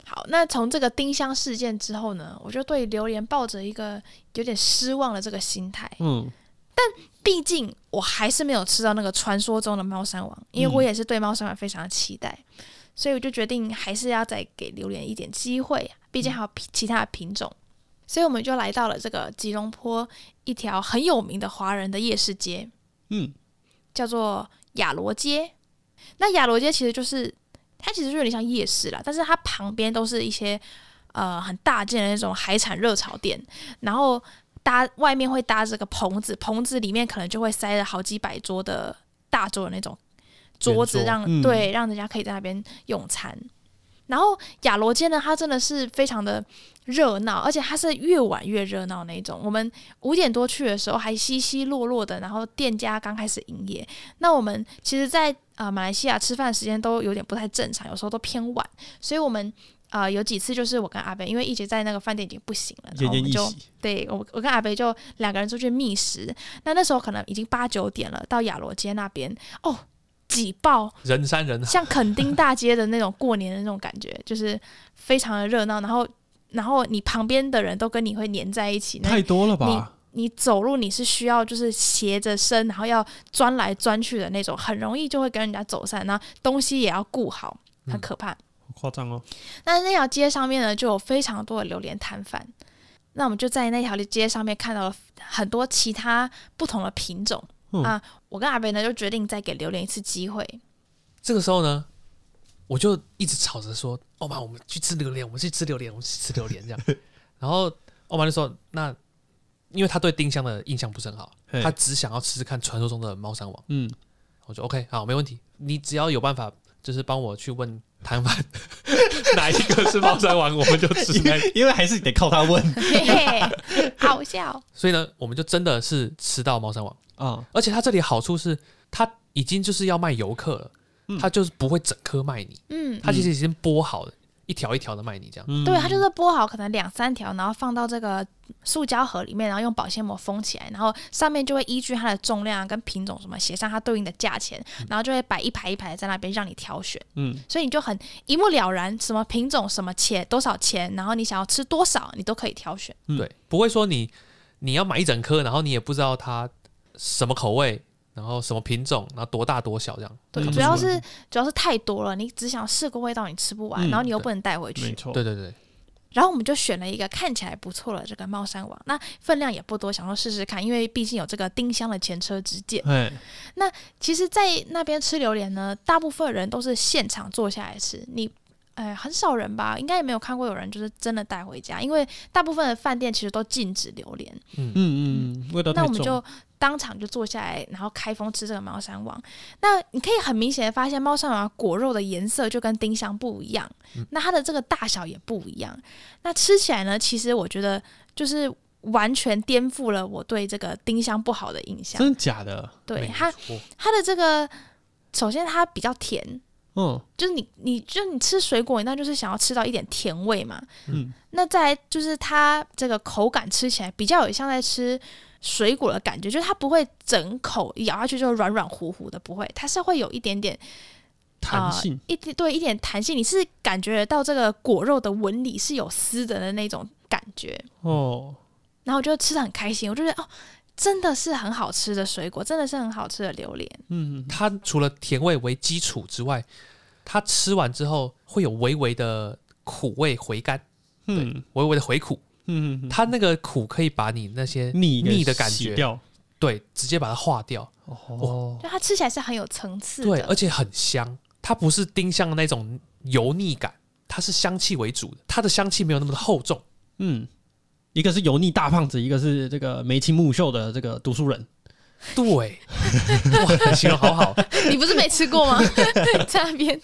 Speaker 3: 好，那从这个丁香事件之后呢，我就对榴莲抱着一个有点失望的这个心态。
Speaker 2: 嗯，
Speaker 3: 毕竟我还是没有吃到那个传说中的猫山王，因为我也是对猫山王非常期待，所以我就决定还是要再给榴莲一点机会，毕竟还有其他的品种。所以我们就来到了这个吉隆坡一条很有名的华人的夜市街。
Speaker 2: 嗯，
Speaker 3: 叫做雅罗街。那雅罗街其实就是它其实就有点像夜市啦，但是它旁边都是一些呃很大件的那种海产热炒店，然后搭外面会搭这个棚子，棚子里面可能就会塞了好几百桌的大桌的那种桌子
Speaker 1: 圆桌
Speaker 3: 让，
Speaker 2: 嗯
Speaker 3: 对让人家可以在那边用餐。然后雅罗街呢，它真的是非常的热闹，而且它是越晚越热闹那一种。我们五点多去的时候还稀稀落落的，然后店家刚开始营业。那我们其实在，啊马来西亚吃饭时间都有点不太正常，有时候都偏晚，所以我们啊、呃有几次就是我跟阿贝，因为一直在那个饭店已经不行了，然
Speaker 2: 奄
Speaker 3: 后我
Speaker 2: 奄
Speaker 3: 们
Speaker 2: 一
Speaker 3: 就
Speaker 2: 息。
Speaker 3: 对我我跟阿贝就两个人出去觅食。那那时候可能已经八九点了，到雅罗街那边哦挤爆，
Speaker 1: 人山人海，
Speaker 3: 像垦丁大街的那种过年的那种感觉，就是非常的热闹，然后然后你旁边的人都跟你会黏在一起，那
Speaker 2: 太多了吧？
Speaker 3: 你走路你是需要就是斜着身，然后要钻来钻去的那种，很容易就会跟人家走散，然后东西也要顾好，很
Speaker 1: 嗯
Speaker 3: 可怕。
Speaker 2: 好夸张哦！
Speaker 3: 那那条街上面呢，就有非常多的榴莲摊贩。那我们就在那条街上面看到了很多其他不同的品种、
Speaker 2: 嗯
Speaker 3: 啊！我跟阿贝呢就决定再给榴莲一次机会，
Speaker 1: 这个时候呢，我就一直吵着说：“欧妈，我们去吃榴莲，我们去吃榴莲，我们去吃榴莲。”这 样，然后哦欧妈就说：“那因为他对丁香的印象不是很好，
Speaker 2: 嘿
Speaker 1: 他只想要吃吃看传说中的猫山王。
Speaker 2: 嗯，”
Speaker 1: 我就 OK，好，没问题，你只要有办法，就是帮我去问摊贩 哪一个是猫山王，我们就吃
Speaker 2: 因
Speaker 1: 那一
Speaker 2: 为因为还是得靠他问
Speaker 3: 嘿嘿，好笑。
Speaker 1: 所以呢，我们就真的是吃到猫山王，
Speaker 2: 啊。
Speaker 1: 而且它这里好处是，它已经就是要卖游客了，
Speaker 2: 嗯
Speaker 1: 它就是不会整颗卖你，
Speaker 3: 嗯，
Speaker 1: 它其实已经剥好了，一条一条的卖你这样。
Speaker 2: 嗯
Speaker 3: 对，它就是剥好可能两三条，然后放到这个塑胶盒里面，然后用保鲜膜封起来，然后上面就会依据它的重量啊跟品种什么写上它对应的价钱，然后就会摆一排一排在那边让你挑选，
Speaker 2: 嗯，
Speaker 3: 所以你就很一目了然，什么品种、什么钱、多少钱，然后你想要吃多少，你都可以挑选。
Speaker 2: 嗯
Speaker 1: 对，不会说你你要买一整颗，然后你也不知道它什么口味，然后什么品种，然后多大多小这样。
Speaker 3: 对，
Speaker 2: 嗯
Speaker 3: 主要
Speaker 2: 看不出
Speaker 3: 是主要是太多了，你只想试个味道，你吃不完，
Speaker 2: 嗯
Speaker 3: 然后你又
Speaker 1: 对
Speaker 3: 不能带回去
Speaker 2: 没。错。
Speaker 1: 对对对，
Speaker 3: 然后我们就选了一个看起来不错的这个猫山王，那分量也不多，想说试试看，因为毕竟有这个丁香的前车之鉴。
Speaker 2: 哎，
Speaker 3: 其实，在那边吃榴莲呢，大部分人都是现场坐下来吃，你。哎，很少人吧，应该也没有看过有人就是真的带回家，因为大部分的饭店其实都禁止榴莲。
Speaker 2: 嗯嗯，嗯味道
Speaker 3: 那
Speaker 2: 太
Speaker 3: 我们
Speaker 2: 重
Speaker 3: 就当场就坐下来，然后开封吃这个猫山王。那你可以很明显的发现，猫山王果肉的颜色就跟丁香不一样，
Speaker 2: 嗯
Speaker 3: 那它的这个大小也不一样。那吃起来呢，其实我觉得就是完全颠覆了我对这个丁香不好的印象。
Speaker 2: 真的假的？
Speaker 3: 对
Speaker 1: 没
Speaker 3: 它，
Speaker 1: 错
Speaker 3: 它的这个首先它比较甜，
Speaker 2: 嗯，
Speaker 3: 就是你，你就你吃水果，那就是想要吃到一点甜味嘛。
Speaker 2: 嗯，
Speaker 3: 那再来就是它这个口感吃起来比较有像在吃水果的感觉，就是它不会整口咬下去就软软糊糊的，不会，它是会有一点点
Speaker 2: 弹性，
Speaker 3: 一点对一点弹性，你是感觉得到这个果肉的纹理是有丝的的那种感觉。
Speaker 2: 哦，
Speaker 3: 然后我就吃的很开心，我就觉得哦，真的是很好吃的水果，真的是很好吃的榴莲。
Speaker 2: 嗯，嗯
Speaker 1: 它除了甜味为基础之外，它吃完之后会有微微的苦味回甘，
Speaker 2: 嗯
Speaker 1: 微微的回苦。
Speaker 2: 嗯嗯，
Speaker 1: 它那个苦可以把你那些
Speaker 2: 腻
Speaker 1: 腻的
Speaker 2: 给
Speaker 1: 感
Speaker 2: 洗
Speaker 1: 觉
Speaker 3: 哦
Speaker 2: 掉。
Speaker 1: 对直接把它化掉，
Speaker 2: 哦，
Speaker 3: 就它吃起来是很有层次
Speaker 1: 对，而
Speaker 3: 的，
Speaker 1: 且很香。它不是丁香的那种油腻感，它是香气为主的，它的香气没有那么的厚重。
Speaker 2: 嗯，一个是油腻大胖子，一个是这个眉清目秀的这个读书人。
Speaker 1: 对，哇，形容好 好。
Speaker 3: 你不是没吃过吗？在那边。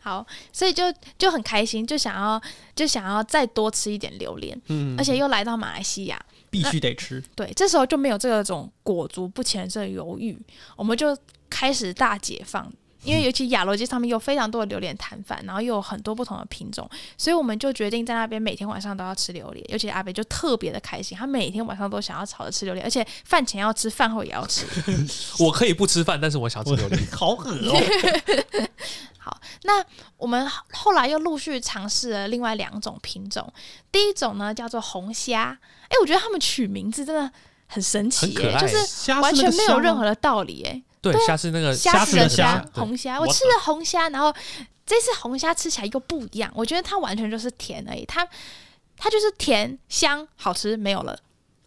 Speaker 3: 好，所以就就很开心，就想要就想要再多吃一点榴莲，
Speaker 2: 嗯，
Speaker 3: 而且又来到马来西亚，
Speaker 2: 必须得吃。
Speaker 3: 对，这时候就没有这种裹足不前的这个犹豫，我们就开始大解放。因为尤其亚罗街上面有非常多的榴莲摊贩，然后又有很多不同的品种，所以我们就决定在那边每天晚上都要吃榴莲。尤其阿北就特别的开心，他每天晚上都想要吵着吃榴莲，而且饭前要吃，饭后也要吃。
Speaker 1: 我可以不吃饭，但是我想吃榴莲。
Speaker 2: 好恶哦。
Speaker 3: 好，那我们后后来又陆续尝试了另外两种品种，第一种呢叫做红虾，哎、我觉得他们取名字真的很神奇、
Speaker 1: 很可
Speaker 3: 耶，
Speaker 1: 爱
Speaker 3: 就是
Speaker 2: 虾
Speaker 3: 完
Speaker 2: 是那
Speaker 3: 全
Speaker 2: 个
Speaker 3: 没
Speaker 2: 虾
Speaker 3: 有
Speaker 2: 吗
Speaker 3: 任何的道理、耶。
Speaker 1: 对，下呃次那个
Speaker 3: 哎，
Speaker 2: 虾
Speaker 3: 子
Speaker 2: 子
Speaker 3: 的
Speaker 2: 的虾
Speaker 1: 对
Speaker 3: 红虾，我
Speaker 2: 我
Speaker 3: 吃了红虾，然后这次红虾吃起来又不一样，我觉得它完全就是甜而已，它它就是甜香好吃没有了。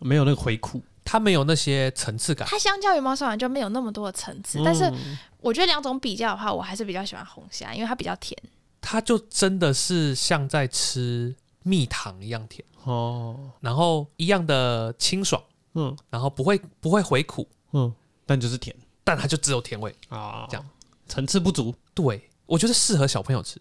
Speaker 2: 没有那个回苦，
Speaker 1: 它没有那些层次感。
Speaker 3: 它相较于猫山王就没有那么多的层次，但是
Speaker 1: 嗯
Speaker 3: 我觉得两种比较的话，我还是比较喜欢红虾，因为它比较甜。
Speaker 1: 它就真的是像在吃蜜糖一样甜，
Speaker 2: 哦，
Speaker 1: 然后一样的清爽，
Speaker 2: 嗯
Speaker 1: 然后不会不会回苦，
Speaker 2: 嗯，但就是甜
Speaker 1: 但它就只有甜味。
Speaker 2: 啊，
Speaker 1: 这样
Speaker 2: 层次不足，
Speaker 1: 对，我觉得适合小朋友吃，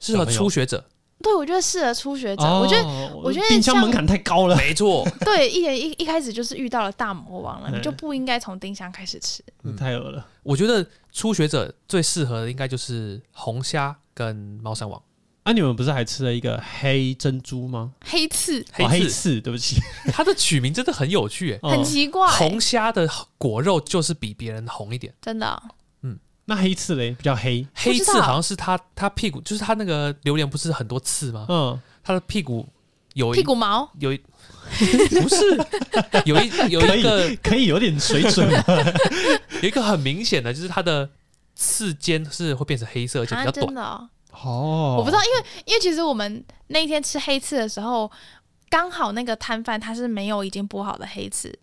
Speaker 1: 适合
Speaker 2: 小朋友
Speaker 1: 初学 者，
Speaker 3: 对，我觉得适合初学者。
Speaker 2: 哦
Speaker 3: 我觉得我
Speaker 2: 我
Speaker 3: 觉得
Speaker 2: 冰箱
Speaker 3: 像
Speaker 2: 门槛太高了，
Speaker 1: 没错。
Speaker 3: 对，一点一一开始就是遇到了大魔王了，你就
Speaker 2: 嗯
Speaker 3: 不应该从丁香开始吃。
Speaker 1: 嗯
Speaker 2: 太恶了。
Speaker 1: 我觉得初学者最适合的应该就是红虾跟猫山王
Speaker 2: 啊，你们不是还吃了一个黑珍珠吗？
Speaker 3: 黑刺
Speaker 2: 哦
Speaker 1: 黑
Speaker 2: 黑
Speaker 1: 刺，
Speaker 2: 刺，对不 起，
Speaker 1: 它的取名真的很有趣耶。
Speaker 2: 哦
Speaker 3: 很奇怪，
Speaker 1: 红虾的果肉就是比别人红一点，
Speaker 3: 真的。
Speaker 2: 那黑刺嘞比较黑，
Speaker 3: 不
Speaker 1: 黑
Speaker 3: 知
Speaker 1: 刺
Speaker 3: 道
Speaker 1: 好像是它它屁股，就是它那个榴莲不是很多刺吗？
Speaker 2: 嗯，
Speaker 1: 它的屁股有一
Speaker 3: 屁股毛，
Speaker 1: 有一 不 是有一有
Speaker 2: 可
Speaker 1: 一
Speaker 2: 以
Speaker 1: 个
Speaker 2: 可以有点水 准吗，
Speaker 1: 有一个很明显的，就是它的刺尖是会变成黑色，而且比
Speaker 3: 啊，
Speaker 1: 较
Speaker 3: 真
Speaker 1: 短。
Speaker 3: 的哦、
Speaker 2: 哦
Speaker 3: 我不知道，因为因为其实我们那一天吃黑刺的时候，刚好那个摊贩他是没有已经剥好的黑刺，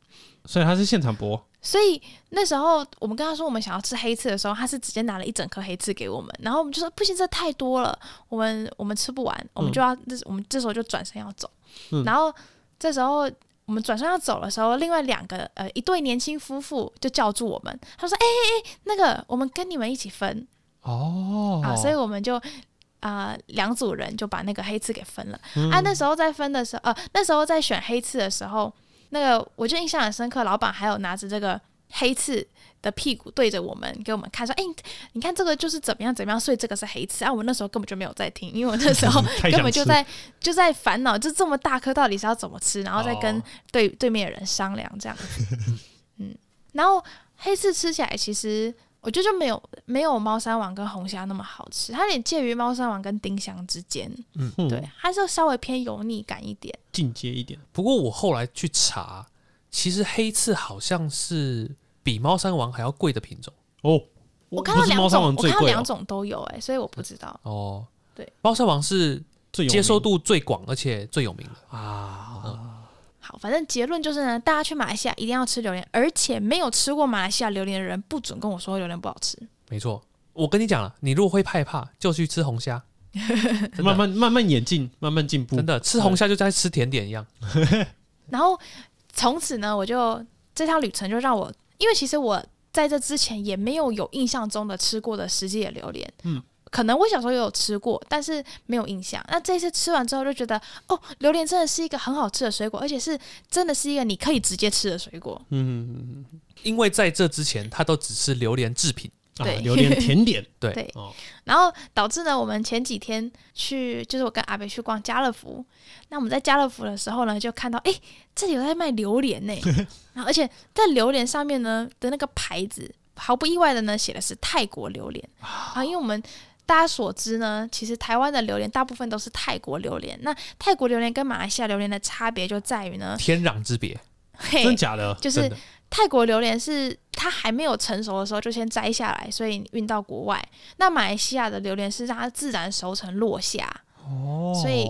Speaker 2: 所以它是现场剥，
Speaker 3: 所以那时候我们跟他说我们想要吃黑刺的时候，他是直接拿了一整颗黑刺给我们，然后我们就说不行，这太多了，我们我们吃不完，我们就要、这我们这时候就转身要走，
Speaker 2: 嗯
Speaker 3: 然后这时候。我们转身要走的时候，另外两个呃一对年轻夫妇就叫住我们，他说：“哎哎哎，那个我们跟你们一起分
Speaker 2: 哦
Speaker 3: 啊！”所以我们就啊、呃两组人就把那个黑刺给分了。
Speaker 2: 嗯
Speaker 3: 啊，那时候在分的时候，呃，那时候在选黑刺的时候，那个我就印象很深刻，老板还有拿着这个黑刺的屁股对着我们给我们看，说：“哎、你看这个就是怎么样怎么样，所以这个是黑刺。”啊，我那时候根本就没有在听，因为我 那时候
Speaker 2: 嗯太想
Speaker 3: 根本就
Speaker 2: 吃
Speaker 3: 在就在烦恼，就这么大颗到底是要怎么吃，然后再跟
Speaker 2: 哦
Speaker 3: 对、对面的人商量这样子。嗯，然后黑刺吃起来其实。我觉得就没有没有猫山王跟红虾那么好吃，它有点介于猫山王跟丁香之间。
Speaker 2: 嗯
Speaker 3: 对，它就稍微偏油腻感一点。
Speaker 2: 进阶一点，
Speaker 1: 不过我后来去查，其实黑刺好像是比猫山王还要贵的品种
Speaker 2: 哦，
Speaker 3: 我看到
Speaker 2: 不是
Speaker 3: 两
Speaker 2: 猫山
Speaker 3: 种，
Speaker 2: 王
Speaker 3: 我
Speaker 2: 最
Speaker 3: 看到
Speaker 2: 贵哦
Speaker 3: 两种都有哎、所以我不知道。
Speaker 1: 哦。
Speaker 3: 对，
Speaker 1: 猫山王是
Speaker 2: 最有
Speaker 1: 接受
Speaker 2: 名
Speaker 1: 度最广而且最有名的。
Speaker 2: 啊，
Speaker 3: 好，反正结论就是呢，大家去马来西亚一定要吃榴莲，而且没有吃过马来西亚榴莲的人不准跟我说榴莲不好吃。
Speaker 1: 没错，我跟你讲了，你如果会害怕，就去吃红虾。真的
Speaker 2: 慢慢慢慢演进，慢慢进步
Speaker 1: 真，的吃红虾就在吃甜点一样。
Speaker 3: 然后从此呢，我就这趟旅程就让我，因为其实我在这之前也没有有印象中的吃过的实际的榴莲，
Speaker 2: 嗯。
Speaker 3: 可能我小时候也有吃过，但是没有印象。那这次吃完之后就觉得，哦，榴莲真的是一个很好吃的水果，而且是真的是一个你可以直接吃的水果。
Speaker 2: 嗯，
Speaker 1: 因为在这之前，它都只是榴莲制品。
Speaker 2: 啊
Speaker 3: 对，
Speaker 2: 榴莲甜点，
Speaker 1: 对
Speaker 3: 对
Speaker 2: 哦，
Speaker 3: 然后导致呢，我们前几天去，就是我跟阿北去逛家乐福。那我们在家乐福的时候呢，就看到诶，这里有在卖榴莲呢、然后而且在榴莲上面呢的那个牌子，毫不意外的呢，写的是泰国榴莲啊，因为我们。大家所知呢，其实台湾的榴莲大部分都是泰国榴莲。那泰国榴莲跟马来西亚榴莲的差别就在于呢，
Speaker 1: 天壤之别，
Speaker 2: 真的
Speaker 3: 嘿，
Speaker 2: 假的？
Speaker 3: 就是
Speaker 1: 真的
Speaker 3: 泰国榴莲是它还没有成熟的时候就先摘下来，所以运到国外。那马来西亚的榴莲是让它自然熟成落下，
Speaker 2: 哦
Speaker 3: 所以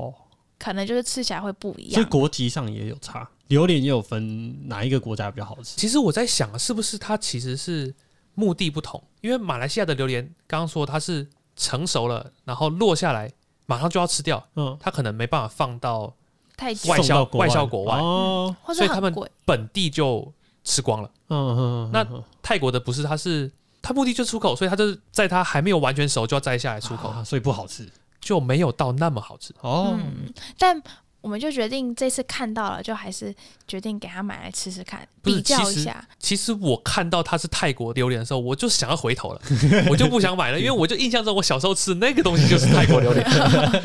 Speaker 3: 可能就是吃起来会不一
Speaker 2: 所以
Speaker 3: 样。
Speaker 2: 国籍上也有差，榴莲也有分哪一个国家比较好吃。
Speaker 1: 其实我在想，是不是它其实是目的不同？因为马来西亚的榴莲，刚刚说它是成熟了，然后落下来，马上就要吃掉，
Speaker 2: 嗯，
Speaker 1: 它可能没办法放到
Speaker 3: 太久
Speaker 1: 外销
Speaker 2: 送到国
Speaker 1: 外销国外
Speaker 2: 哦，
Speaker 3: 或
Speaker 1: 所
Speaker 3: 者
Speaker 1: 以他
Speaker 3: 很
Speaker 1: 们
Speaker 3: 贵，
Speaker 1: 本地就吃光了。
Speaker 2: 嗯嗯，
Speaker 1: 那泰国的不是，它是它目的就出口，所以它就是在它还没有完全熟就要摘下来出
Speaker 2: 出
Speaker 1: 口，
Speaker 2: 口，嗯啊所以不好吃
Speaker 1: 就没有到那么好吃。
Speaker 2: 哦。
Speaker 3: 嗯，但我们就决定这次看到了，就还是决定给它买来吃吃看，
Speaker 1: 不是
Speaker 3: 比较
Speaker 1: 其
Speaker 3: 一
Speaker 1: 实
Speaker 3: 下。
Speaker 1: 其实我看到它是泰国榴莲的时候，我就想要回头了， 我就不想买了，因为我就印象中我小时候吃的那个东西就是泰国榴莲。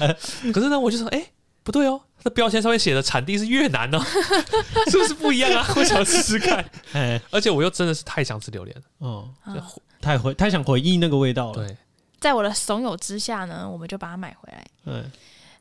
Speaker 1: 可是呢，我就说，哎、不对哦，它的标签上面写的产地是越南哦， 是不是不一样啊？ 我想试试看，
Speaker 2: 哎，
Speaker 1: 而且我又真的是太想吃榴莲了。
Speaker 2: 哦，
Speaker 3: 啊，
Speaker 2: 太回太想回忆那个味道
Speaker 1: 对，
Speaker 2: 了。哎
Speaker 3: 在我的怂恿之下呢，我们就把它买回来。
Speaker 2: 对，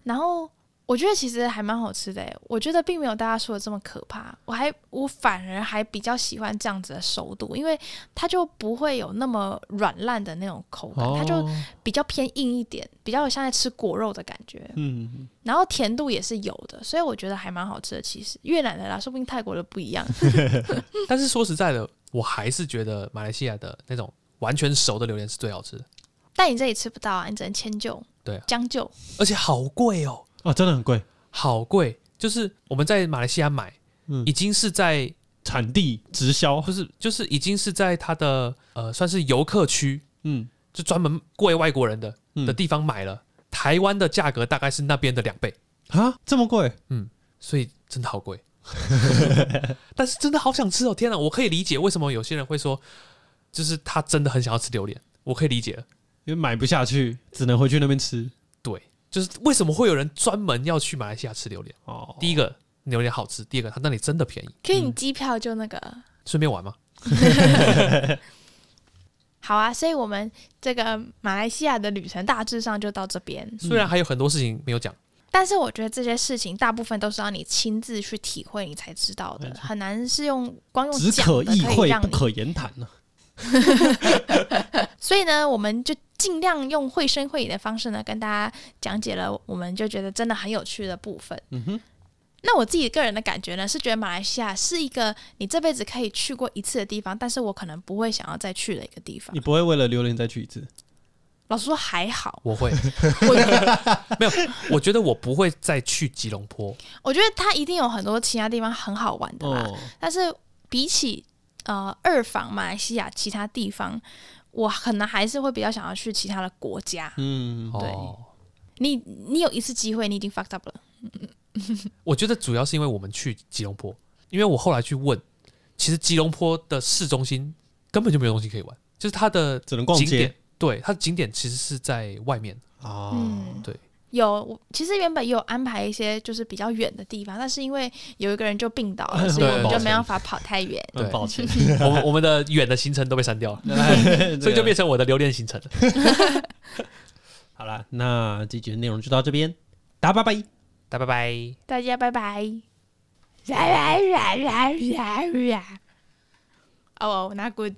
Speaker 3: 然后我觉得其实还蛮好吃的诶，欸我觉得并没有大家说的这么可怕，我还我反而还比较喜欢这样子的熟度，因为它就不会有那么软烂的那种口感，它就
Speaker 2: 哦
Speaker 3: 比较偏硬一点，比较像在吃果肉的感觉，
Speaker 2: 嗯，
Speaker 3: 然后甜度也是有的，所以我觉得还蛮好吃的。其实越南的啦，说不定泰国的 不一样。
Speaker 1: 但是说实在的，我还是觉得马来西亚的那种完全熟的榴莲是最好吃的，
Speaker 3: 但你这里吃不到啊，你只能迁就，
Speaker 1: 对啊
Speaker 3: 将就。
Speaker 1: 而且好贵哦，
Speaker 2: 哦，真的很贵，
Speaker 1: 好贵！就是我们在马来西亚买，
Speaker 2: 嗯
Speaker 1: 已经是在
Speaker 2: 产地直销，
Speaker 1: 哦不是就是已经是在它的呃算是游客区，
Speaker 2: 嗯
Speaker 1: 就专门贵外国人的
Speaker 2: 嗯
Speaker 1: 的地方买了。台湾的价格大概是那边的两倍，
Speaker 2: 啊，这么贵，
Speaker 1: 所以真的好贵。 但是真的好想吃哦！天哪，我可以理解为什么有些人会说，就是他真的很想要吃榴莲，我可以理解了。
Speaker 2: 因为买不下去，只能回去那边吃。
Speaker 1: 对，就是为什么会有人专门要去马来西亚吃榴莲？
Speaker 2: 哦，
Speaker 1: 第一个榴莲好吃，第二个它那里真的便宜。
Speaker 3: 可是你机票就那个、
Speaker 1: 顺便玩嘛，
Speaker 3: 好啊，所以我们这个马来西亚的旅程大致上就到这边。
Speaker 1: 虽
Speaker 2: 嗯
Speaker 1: 然还有很多事情没有讲，
Speaker 3: 但是我觉得这些事情大部分都是要你亲自去体会，你才知道的，很难是用光用
Speaker 2: 只
Speaker 3: 讲
Speaker 2: 可
Speaker 3: 的
Speaker 2: 意
Speaker 3: 以
Speaker 2: 会
Speaker 3: 让
Speaker 2: 不
Speaker 3: 你。
Speaker 2: 可言谈啊呢、
Speaker 3: 所以呢，我们就尽量用绘声绘影的方式呢，跟大家讲解了我们就觉得真的很有趣的部分。
Speaker 2: 嗯哼，
Speaker 3: 那我自己个人的感觉呢，是觉得马来西亚是一个你这辈子可以去过一次的地方，但是我可能不会想要再去的一个地方
Speaker 2: 你。不会为了榴莲再去一次？
Speaker 3: 老实说还好，
Speaker 1: 我 会，
Speaker 3: 我觉得
Speaker 1: 没有，我觉得我不会再去吉隆坡。
Speaker 3: 我觉得它一定有很多其他地方很好玩的啦。
Speaker 2: 哦，
Speaker 3: 但是比起呃二访马来西亚其他地方，我可能还是会比较想要去其他的国家。
Speaker 2: 嗯，
Speaker 3: 对
Speaker 1: 哦，
Speaker 3: 你你有一次机会，你已经 fucked up 了。
Speaker 1: 我觉得主要是因为我们去吉隆坡，因为我后来去问，其实吉隆坡的市中心根本就没有东西可以玩，就是它的
Speaker 2: 只能逛
Speaker 1: 景
Speaker 2: 街
Speaker 1: 点，对，它的景点其实是在外面。
Speaker 2: 啊。
Speaker 3: 嗯，
Speaker 1: 对。
Speaker 3: 有，我其实原本也有安排一些就是比较远的地方，但是因为有一个人就病倒了，所以
Speaker 1: 对
Speaker 3: 我们就
Speaker 2: 抱歉
Speaker 3: 没办法跑太远。
Speaker 1: 对
Speaker 2: 很抱歉，
Speaker 3: 嗯
Speaker 2: 哎
Speaker 1: 我们我们的远的行程都被删掉了，所
Speaker 2: 所
Speaker 1: 以就变成我的留恋行程了。
Speaker 2: 好了。那这集的内容就到这边，大家拜拜。
Speaker 1: 大家拜拜。
Speaker 3: 大家拜拜。呀 哦呀呀呀呀呀！哦，那 good。